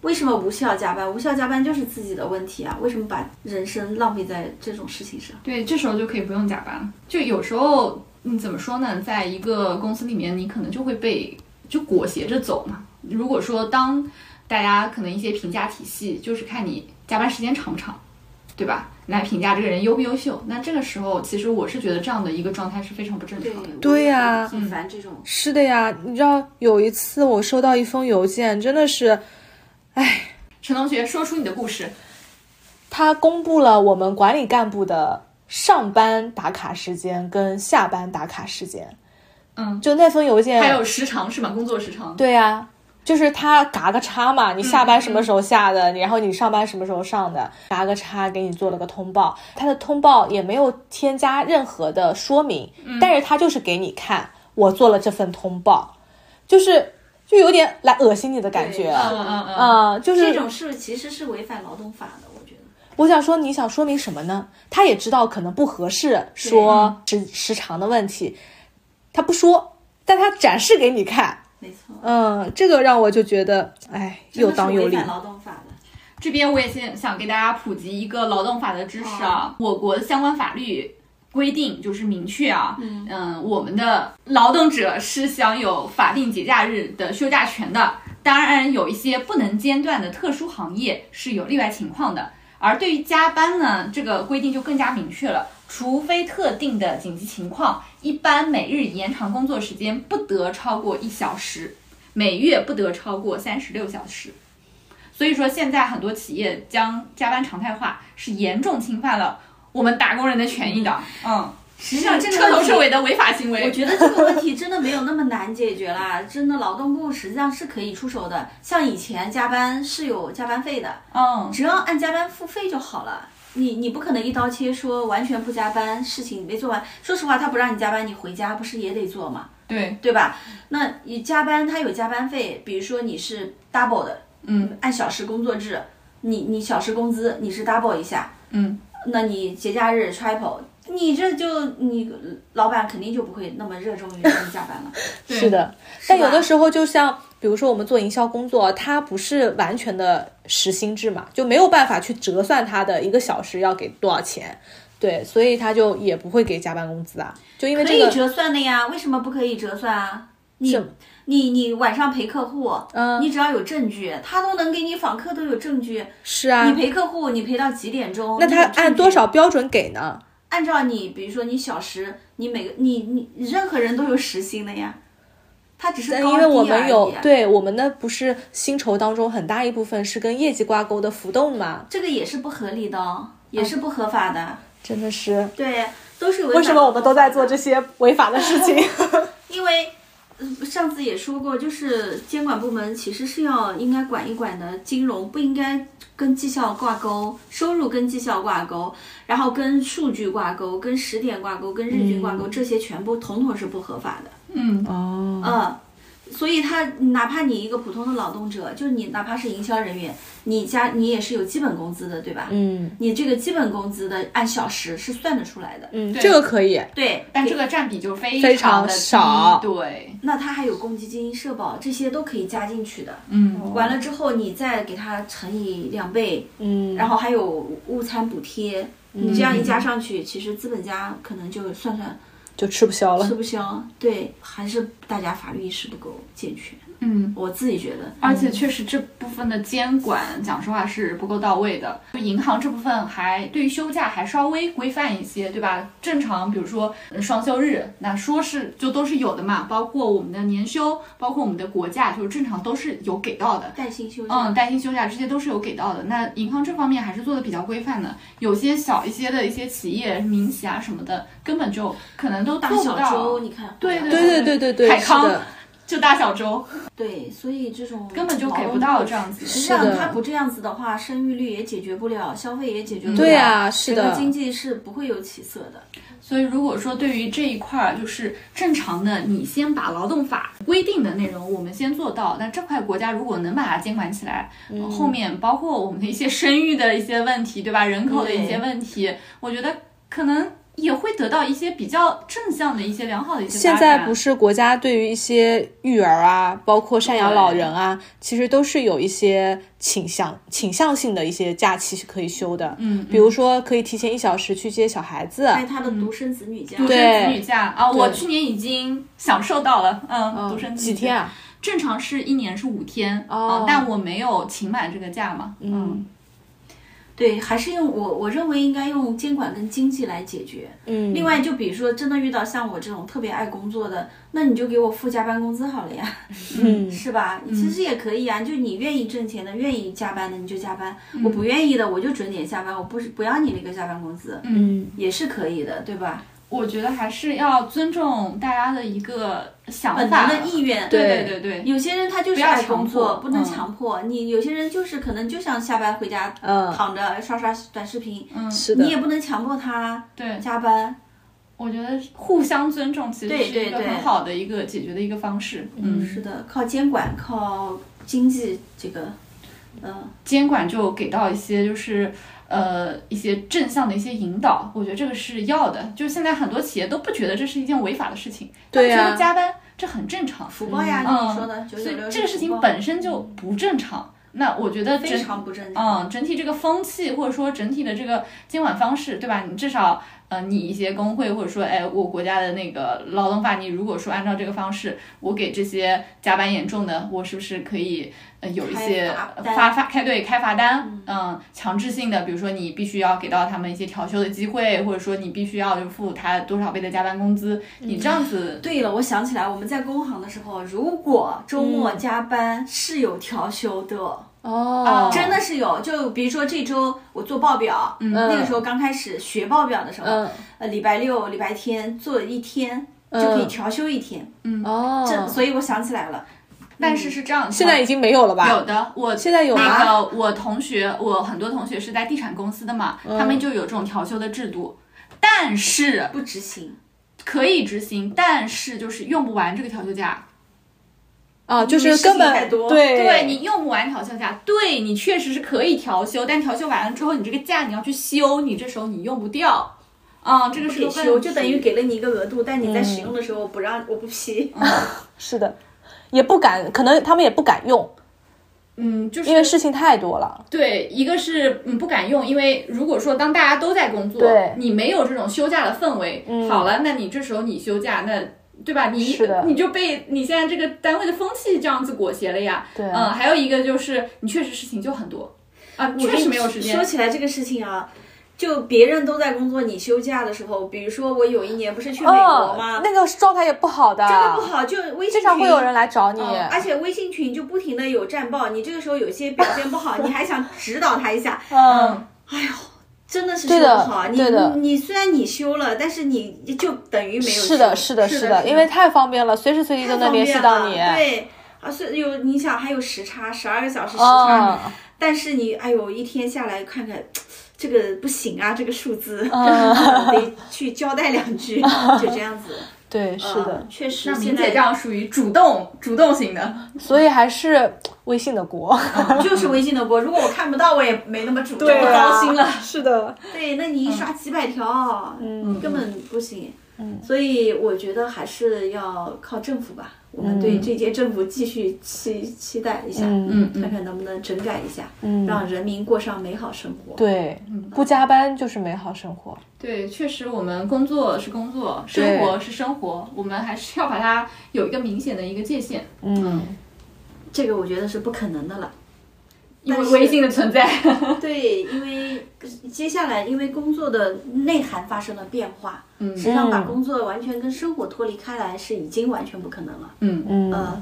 Speaker 4: 为什么无效加班？无效加班就是自己的问题啊！为什么把人生浪费在这种事情上？
Speaker 2: 对，这时候就可以不用加班了。就有时候，嗯，怎么说呢，在一个公司里面，你可能就会被就裹挟着走嘛。如果说当大家可能一些评价体系，就是看你加班时间长不长，对吧？来评价这个人优不优秀。那这个时候，其实我是觉得这样的一个状态是非常不正常的。
Speaker 5: 对呀
Speaker 4: 我很烦这种。
Speaker 5: 是的呀，你知道有一次我收到一封邮件，真的是
Speaker 2: 陈同学，说出你的故事。
Speaker 5: 他公布了我们管理干部的上班打卡时间跟下班打卡时间。
Speaker 2: 嗯，
Speaker 5: 就那封邮件，
Speaker 2: 还有时长是吗？工作时长。
Speaker 5: 对呀、就是他嘎个叉嘛，
Speaker 2: 嗯
Speaker 5: 你下班什么时候下的，然后你上班什么时候上的，嘎个叉给你做了个通报，他的通报也没有添加任何的说明，
Speaker 2: 嗯
Speaker 5: 但是他就是给你看我做了这份通报，就是就有点来恶心你的感觉，
Speaker 4: 对
Speaker 2: 嗯嗯嗯。
Speaker 5: 啊、就是
Speaker 4: 这种事其实是违反劳动法的，我觉得。
Speaker 5: 我想说，你想说明什么呢？他也知道可能不合适，说时时长的问题，他不说，但他展示给你看。
Speaker 4: 没错，
Speaker 5: 嗯，这个让我就觉得，哎，又当又
Speaker 4: 真的是违反。
Speaker 5: 立
Speaker 4: 劳动法的，
Speaker 2: 这边我也先想给大家普及一个劳动法的知识啊，我国相关法律规定就是明确啊，嗯、我们的劳动者是享有法定节假日的休假权的，当然有一些不能间断的特殊行业是有例外情况的。而对于加班呢，这个规定就更加明确了，除非特定的紧急情况，一般每日延长工作时间不得超过一小时，每月不得超过三十六小时。所以说，现在很多企业将加班常态化，是严重侵犯了我们打工人的权益的。嗯，
Speaker 4: 实际上这个
Speaker 2: 彻头
Speaker 4: 问题
Speaker 2: 彻尾的违法行
Speaker 4: 我
Speaker 2: 为。
Speaker 4: 觉得这个问题真的没有那么难解决啦，真的劳动部实际上是可以出手的。像以前加班是有加班费的，
Speaker 2: 嗯，
Speaker 4: 只要按加班付费就好了。你你不可能一刀切说完全不加班，事情没做完。说实话，他不让你加班，你回家不是也得做吗？
Speaker 2: 对，
Speaker 4: 对吧？那你加班他有加班费，比如说你是 double 的，
Speaker 2: 嗯，
Speaker 4: 按小时工作制，你你小时工资你是 double 一下，
Speaker 2: 嗯，
Speaker 4: 那你节假日 triple，你这就你老板肯定就不会那么热衷于让你加 班了。
Speaker 2: 对
Speaker 5: 是的，但有
Speaker 4: 吧
Speaker 5: 的时候就像。比如说，我们做营销工作，它不是完全的时薪制嘛，就没有办法去折算它的一个小时要给多少钱，对，所以他就也不会给加班工资啊，就因为
Speaker 4: 可
Speaker 5: 这
Speaker 4: 以
Speaker 5: 个，
Speaker 4: 折算的呀，为什么不可以折算啊？你
Speaker 5: 是
Speaker 4: 你你晚上陪客户，
Speaker 5: 嗯
Speaker 4: 你只要有证据，他都能给你访客都有证据。
Speaker 5: 是啊
Speaker 4: 你，陪客户，你陪到几点钟？
Speaker 5: 那他
Speaker 4: 你有证
Speaker 5: 按
Speaker 4: 据
Speaker 5: 多少？标准给呢？
Speaker 4: 按照你，比如说你小时，你每个你你任何人都有时薪的呀，他只是
Speaker 5: 但
Speaker 4: 高
Speaker 5: 因为我
Speaker 4: 低而
Speaker 5: 们
Speaker 4: 已
Speaker 5: 有
Speaker 4: 啊
Speaker 5: 对我们的不是薪酬当中很大一部分是跟业绩挂钩的浮动嘛，
Speaker 4: 这个也是不合理的哦，也是不合法的。
Speaker 5: 真的是
Speaker 4: 对，都是违
Speaker 5: 为什
Speaker 4: 反
Speaker 5: 么
Speaker 4: 劳
Speaker 5: 我们都
Speaker 4: 动法
Speaker 5: 在做
Speaker 4: 的
Speaker 5: 这些违法的事情？
Speaker 4: 因为呃上次也说过，就是监管部门其实是要应该管一管的，金融不应该跟绩效挂钩，收入跟绩效挂钩，然后跟数据挂钩，跟时点挂钩，跟日均挂
Speaker 5: 嗯
Speaker 4: 钩，这些全部统统是不合法的。
Speaker 2: 嗯，
Speaker 5: 哦，
Speaker 4: 嗯，所以他哪怕你一个普通的劳动者，就是你哪怕是营销人员，你加你也是有基本工资的，对吧？
Speaker 5: 嗯
Speaker 4: 你这个基本工资的按小时是算得出来的。
Speaker 5: 嗯，
Speaker 2: 对
Speaker 5: 这个可以，
Speaker 4: 对，
Speaker 2: 但这个占比就非
Speaker 5: 非
Speaker 2: 常
Speaker 5: 常
Speaker 2: 的低
Speaker 5: 少
Speaker 2: 对，嗯
Speaker 4: 那他还有公积金、社保这些都可以加进去的。
Speaker 2: 嗯，
Speaker 4: 完了之后，你再给它乘以两倍，
Speaker 5: 嗯，
Speaker 4: 然后还有误餐补贴，你这样一加上去，其实资本家可能就算算
Speaker 5: 就吃不消了
Speaker 4: 吃。不消。对，还是大家法律意识不够健全，
Speaker 2: 嗯。
Speaker 4: 我自己觉得。
Speaker 2: 而且确实这部分的监管，讲实话是不够到位的。就银行这部分还对于休假还稍微规范一些，对吧？正常，比如说呃双休日，那说是就都是有的嘛，包括我们的年休，包括我们的国假，就是正常都是有给到的。
Speaker 4: 带薪休假，
Speaker 2: 嗯，带薪休假这些都是有给到的。那银行这方面还是做的比较规范的，有些小一些的一些企业、民企啊什么的，根本就可能都
Speaker 4: 大
Speaker 2: 做不
Speaker 4: 小
Speaker 2: 到。
Speaker 4: 周，你看，
Speaker 2: 对
Speaker 5: 对对对对对，
Speaker 2: 海
Speaker 5: 是
Speaker 2: 康
Speaker 5: 的，
Speaker 2: 就大小周，
Speaker 4: 对，所以这种
Speaker 2: 根本就给
Speaker 4: 劳
Speaker 2: 不
Speaker 4: 动
Speaker 2: 到
Speaker 4: 力
Speaker 2: 这样子的嗯
Speaker 4: 实际
Speaker 2: 是
Speaker 4: 上，
Speaker 5: 的
Speaker 4: 他不这样子的话，生育率也解决不了，消费也解决不了，
Speaker 5: 对啊是
Speaker 4: 整个
Speaker 5: 的
Speaker 4: 经济是不会有起色的。
Speaker 2: 所以，如果说对于这一块儿，就是正常的，你先把劳动法规定的内容我们先做到，那这块国家如果能把它监管起来，
Speaker 5: 嗯
Speaker 2: 呃后面包括我们的一些生育的一些问题，对吧？人口的一些问题，我觉得可能也会得到一些比较正向的一些良好的一些发
Speaker 5: 现
Speaker 2: 展。
Speaker 5: 在不是国家对于一些育儿啊，包括赡养老人啊，其实都是有一些倾向倾向性的一些假期是可以休的。
Speaker 2: 嗯嗯
Speaker 5: 比如说可以提前一小时去接小孩子。
Speaker 4: 在他的独生子女家，
Speaker 2: 独
Speaker 5: 对
Speaker 2: 生子女假啊，我去年已经享受到了，嗯，独生子女
Speaker 5: 几天
Speaker 2: 假
Speaker 5: 啊？
Speaker 2: 正常是一年是五天，
Speaker 5: 哦
Speaker 2: 嗯但我没有请满这个假嘛，嗯
Speaker 4: 对，还是用我我认为应该用监管跟经济来解决。嗯，另外就比如说，真的遇到像我这种特别爱工作的，那你就给我付加班工资好了呀，嗯，是吧？其实也可以啊，就你愿意挣钱的，愿意加班的你就加班，
Speaker 2: 嗯
Speaker 4: 我不愿意的我就准点下班，我不是不要你那个加班工资，
Speaker 2: 嗯，
Speaker 4: 也是可以的，对吧？
Speaker 2: 我觉得还是要尊重大家的一个想
Speaker 4: 本
Speaker 2: 法
Speaker 4: 能的意愿，
Speaker 2: 对对对对，
Speaker 4: 有些人他就是
Speaker 2: 要
Speaker 4: 爱
Speaker 2: 强
Speaker 4: 工作，
Speaker 2: 迫
Speaker 4: 不
Speaker 2: 嗯
Speaker 4: 能强迫、你。有些人就是可能就想下班回家，
Speaker 5: 嗯
Speaker 4: 躺着刷刷短视频，嗯，
Speaker 5: 是
Speaker 4: 你也不能强迫他
Speaker 2: 对，
Speaker 4: 加班。
Speaker 2: 我觉得互相尊重其实
Speaker 4: 对
Speaker 2: 是
Speaker 4: 对
Speaker 2: 一个
Speaker 4: 对
Speaker 2: 很好的一个解决的一个方式。
Speaker 4: 是
Speaker 2: 嗯，
Speaker 4: 的，靠监管，靠经济这个，嗯，
Speaker 2: 监管就给到一些就是。呃，一些正向的一些引导，我觉得这个是要的。就是现在很多企业都不觉得这是一件违法的事情，
Speaker 5: 对
Speaker 2: 他
Speaker 5: 呀
Speaker 2: 们觉得加班这很正常，
Speaker 4: 啊福报呀，就
Speaker 2: 嗯
Speaker 4: 你说的九
Speaker 2: 所
Speaker 4: 九
Speaker 2: 以
Speaker 4: 六，
Speaker 2: 这个事情本身就不正常。那我觉得
Speaker 4: 非
Speaker 2: 整
Speaker 4: 常不正常。
Speaker 2: 嗯，整体这个风气或者说整体的这个监管方式，对吧？你至少呃，你一些工会或者说哎，我国家的那个劳动法，你如果说按照这个方式，我给这些加班严重的，我是不是可以呃有一些
Speaker 4: 开罚单
Speaker 2: 发发开对开罚单？嗯、强制性的，比如说你必须要给到他们一些调休的机会，或者说你必须要就付他多少倍的加班工资，你这样子
Speaker 4: 对了，我想起来，我们在工行的时候，如果周末
Speaker 2: 嗯
Speaker 4: 加班、是有调休的。
Speaker 5: 哦，
Speaker 4: 真的是有，就比如说这周我做报表，嗯、那个时候刚开始学报表的时候，
Speaker 5: 嗯
Speaker 4: 呃，礼拜六、礼拜天做一天、就可以调休一天，嗯，
Speaker 5: 哦，
Speaker 4: 所以我想起来了，
Speaker 2: 但是是这样的，
Speaker 5: 现在已经没有了吧？
Speaker 2: 有的，我
Speaker 5: 现在有
Speaker 2: 那
Speaker 5: 吗
Speaker 2: 个我同学，我很多同学是在地产公司的嘛，
Speaker 5: 嗯
Speaker 2: 他们就有这种调休的制度，但是
Speaker 4: 不执行，
Speaker 2: 可以执行，但是就是用不完这个调休假。
Speaker 5: 啊，就
Speaker 4: 因为
Speaker 5: 是
Speaker 4: 事
Speaker 5: 根
Speaker 4: 情太
Speaker 5: 本
Speaker 4: 多
Speaker 5: 对
Speaker 2: 对你用不完调休假，对你确实是可以调休，但调休完了之后，你这个假你要去休，你这时候你用不掉。啊、这个是
Speaker 4: 给
Speaker 2: 个问
Speaker 4: 休
Speaker 2: 题，
Speaker 4: 就等于给了你一个额度，但你在使用的时候不让，我 不批，
Speaker 5: 是的，也不敢，可能他们也不敢用，
Speaker 2: 嗯，就是
Speaker 5: 因为事情太多了。
Speaker 2: 对，一个是嗯不敢用，因为如果说当大家都在工作，
Speaker 5: 对嗯
Speaker 2: 你没有这种休假的氛围，好了，那你这时候你休假，那对吧？你
Speaker 5: 是的
Speaker 2: 你就被你现在这个单位的风气这样子裹挟了呀。
Speaker 5: 对
Speaker 2: 嗯，还有一个就是你确实事情就很多啊，确实没有时间
Speaker 4: 说。起来这个事情啊。就别人都在工作，你休假的时候，比如说我有一年不是去美国吗？
Speaker 5: 嗯，那个状态也不好的，
Speaker 4: 真的不好，就微信
Speaker 5: 经常会
Speaker 4: 群
Speaker 5: 有人来找你。
Speaker 4: 嗯而且微信群就不停的有战报，你这个时候有些表现不 好，你还想指导他一下，
Speaker 5: 嗯，
Speaker 4: 真的是
Speaker 5: 对
Speaker 4: 修
Speaker 5: 的
Speaker 4: 不好。啊你
Speaker 5: 对的
Speaker 4: 你你虽然你修了，但是你就等于没有
Speaker 5: 是
Speaker 4: 修
Speaker 5: 的，是的，
Speaker 2: 是
Speaker 5: 是
Speaker 2: 的是
Speaker 5: 的，
Speaker 2: 的
Speaker 5: 因为太方便了，随时随地都
Speaker 4: 太
Speaker 5: 能
Speaker 4: 方
Speaker 5: 联系
Speaker 4: 便
Speaker 5: 到
Speaker 4: 了
Speaker 5: 你。
Speaker 4: 对。啊，是有你想还有时差，十二个小时时
Speaker 5: 嗯
Speaker 4: 差，但是你哎呦，一天下来看看，这个不行啊，这个数字、
Speaker 5: 嗯
Speaker 4: 得去交代两句，就这样子。
Speaker 5: 对，是的
Speaker 4: 嗯，，确实
Speaker 2: 那
Speaker 4: 现
Speaker 2: 明姐这
Speaker 4: 在
Speaker 2: 样属于主动主动型的，
Speaker 5: 所以还是微信的国。
Speaker 4: 就是微信的播，如果我看不到，我也没那么主动，
Speaker 3: 对
Speaker 4: 我
Speaker 3: 啊
Speaker 4: 高兴了。
Speaker 3: 是的，
Speaker 4: 对，那你一刷几百条，嗯，根本不行。嗯，所以我觉得还是要靠政府吧。我们对这届政府继续期期待一下，
Speaker 5: 嗯
Speaker 4: 看看能不能整改一下，
Speaker 5: 嗯，
Speaker 4: 让人民过上美好生活。
Speaker 5: 对，
Speaker 4: 嗯
Speaker 5: 不加班就是美好生活。
Speaker 2: 对，确实，我们工作是工作，生
Speaker 5: 对
Speaker 2: 活是生活，我们还是要把它有一个明显的一个界限，
Speaker 5: 嗯，
Speaker 4: 这个我觉得是不可能的了。
Speaker 2: 因
Speaker 4: 但
Speaker 2: 为
Speaker 4: 是
Speaker 2: 微信的 存在。
Speaker 4: 对，因为接下来因为工作的内涵发生了变化，嗯，实际上把工作完全跟生活脱离开来是已经完全不可能了。
Speaker 2: 嗯
Speaker 5: 嗯
Speaker 4: 呃，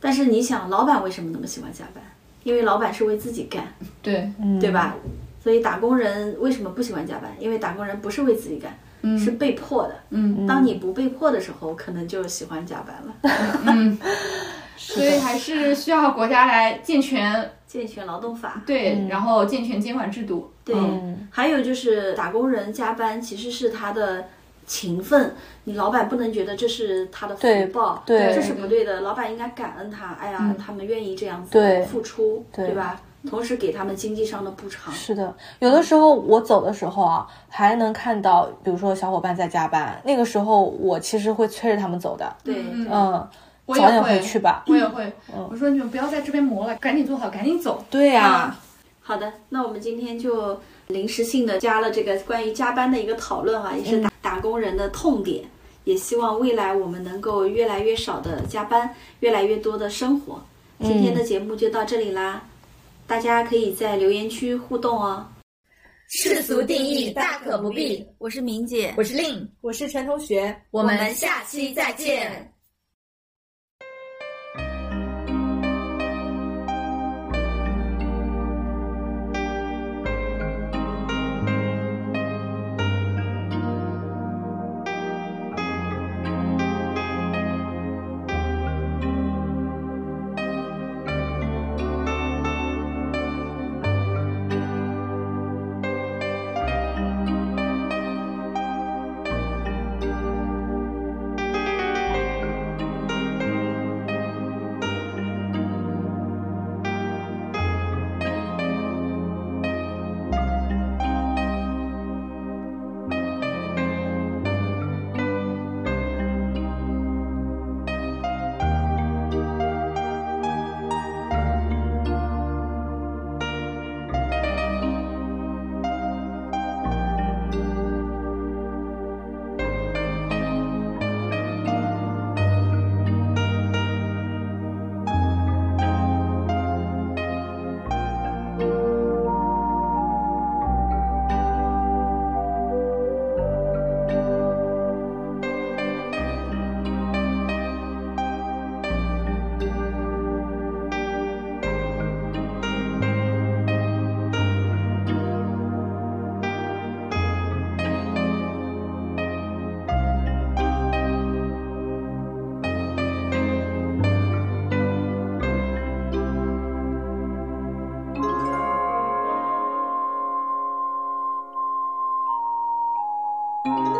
Speaker 4: 但是你想，老板为什么那么喜欢加班？因为老板是为自己干。
Speaker 2: 对，
Speaker 4: 对吧？所以打工人为什么不喜欢加班？因为打工人不是为自己干，是被迫的。嗯，当你不被迫的时候，可能就喜欢加班了。
Speaker 2: 所以还是需要国家来健 全
Speaker 4: 健全劳动法，
Speaker 2: 对，然后健全监管制度。嗯
Speaker 4: 对，
Speaker 5: 嗯
Speaker 4: 还有就是打工人加班其实是他的勤奋，你老板不能觉得这是他的福
Speaker 5: 对
Speaker 4: 报，
Speaker 5: 对
Speaker 4: 这是不对的，老板应该感恩他，哎呀，他们愿意这样子
Speaker 5: 对
Speaker 4: 付出，对
Speaker 5: 对
Speaker 4: 吧？同时给他们经济上的补偿，
Speaker 5: 是的，有的时候我走的时候啊，还能看到，比如说小伙伴在加班，那个时候我其实会催着他们走的，
Speaker 4: 对，
Speaker 2: 嗯
Speaker 5: 嗯，
Speaker 2: 我也
Speaker 5: 早点
Speaker 2: 会
Speaker 5: 回去吧。嗯
Speaker 2: 我也 会，我说你们不要在这边磨了，赶紧做好，赶紧走。
Speaker 5: 对呀、
Speaker 3: 啊
Speaker 1: 啊
Speaker 4: 好的，那我们今天就临时性的加了这个关于加班的一个讨论哈、也是打、打工人的痛点，也希望未来我们能够越来越少的加班，越来越多的生活。今天的节目就到这里啦，大家可以在留言区互动哦。
Speaker 1: 世俗定义大可不必。
Speaker 4: 我是明姐，
Speaker 1: 我是令，
Speaker 3: 我是陈同学，
Speaker 1: 我们下期再见。
Speaker 6: Thank you.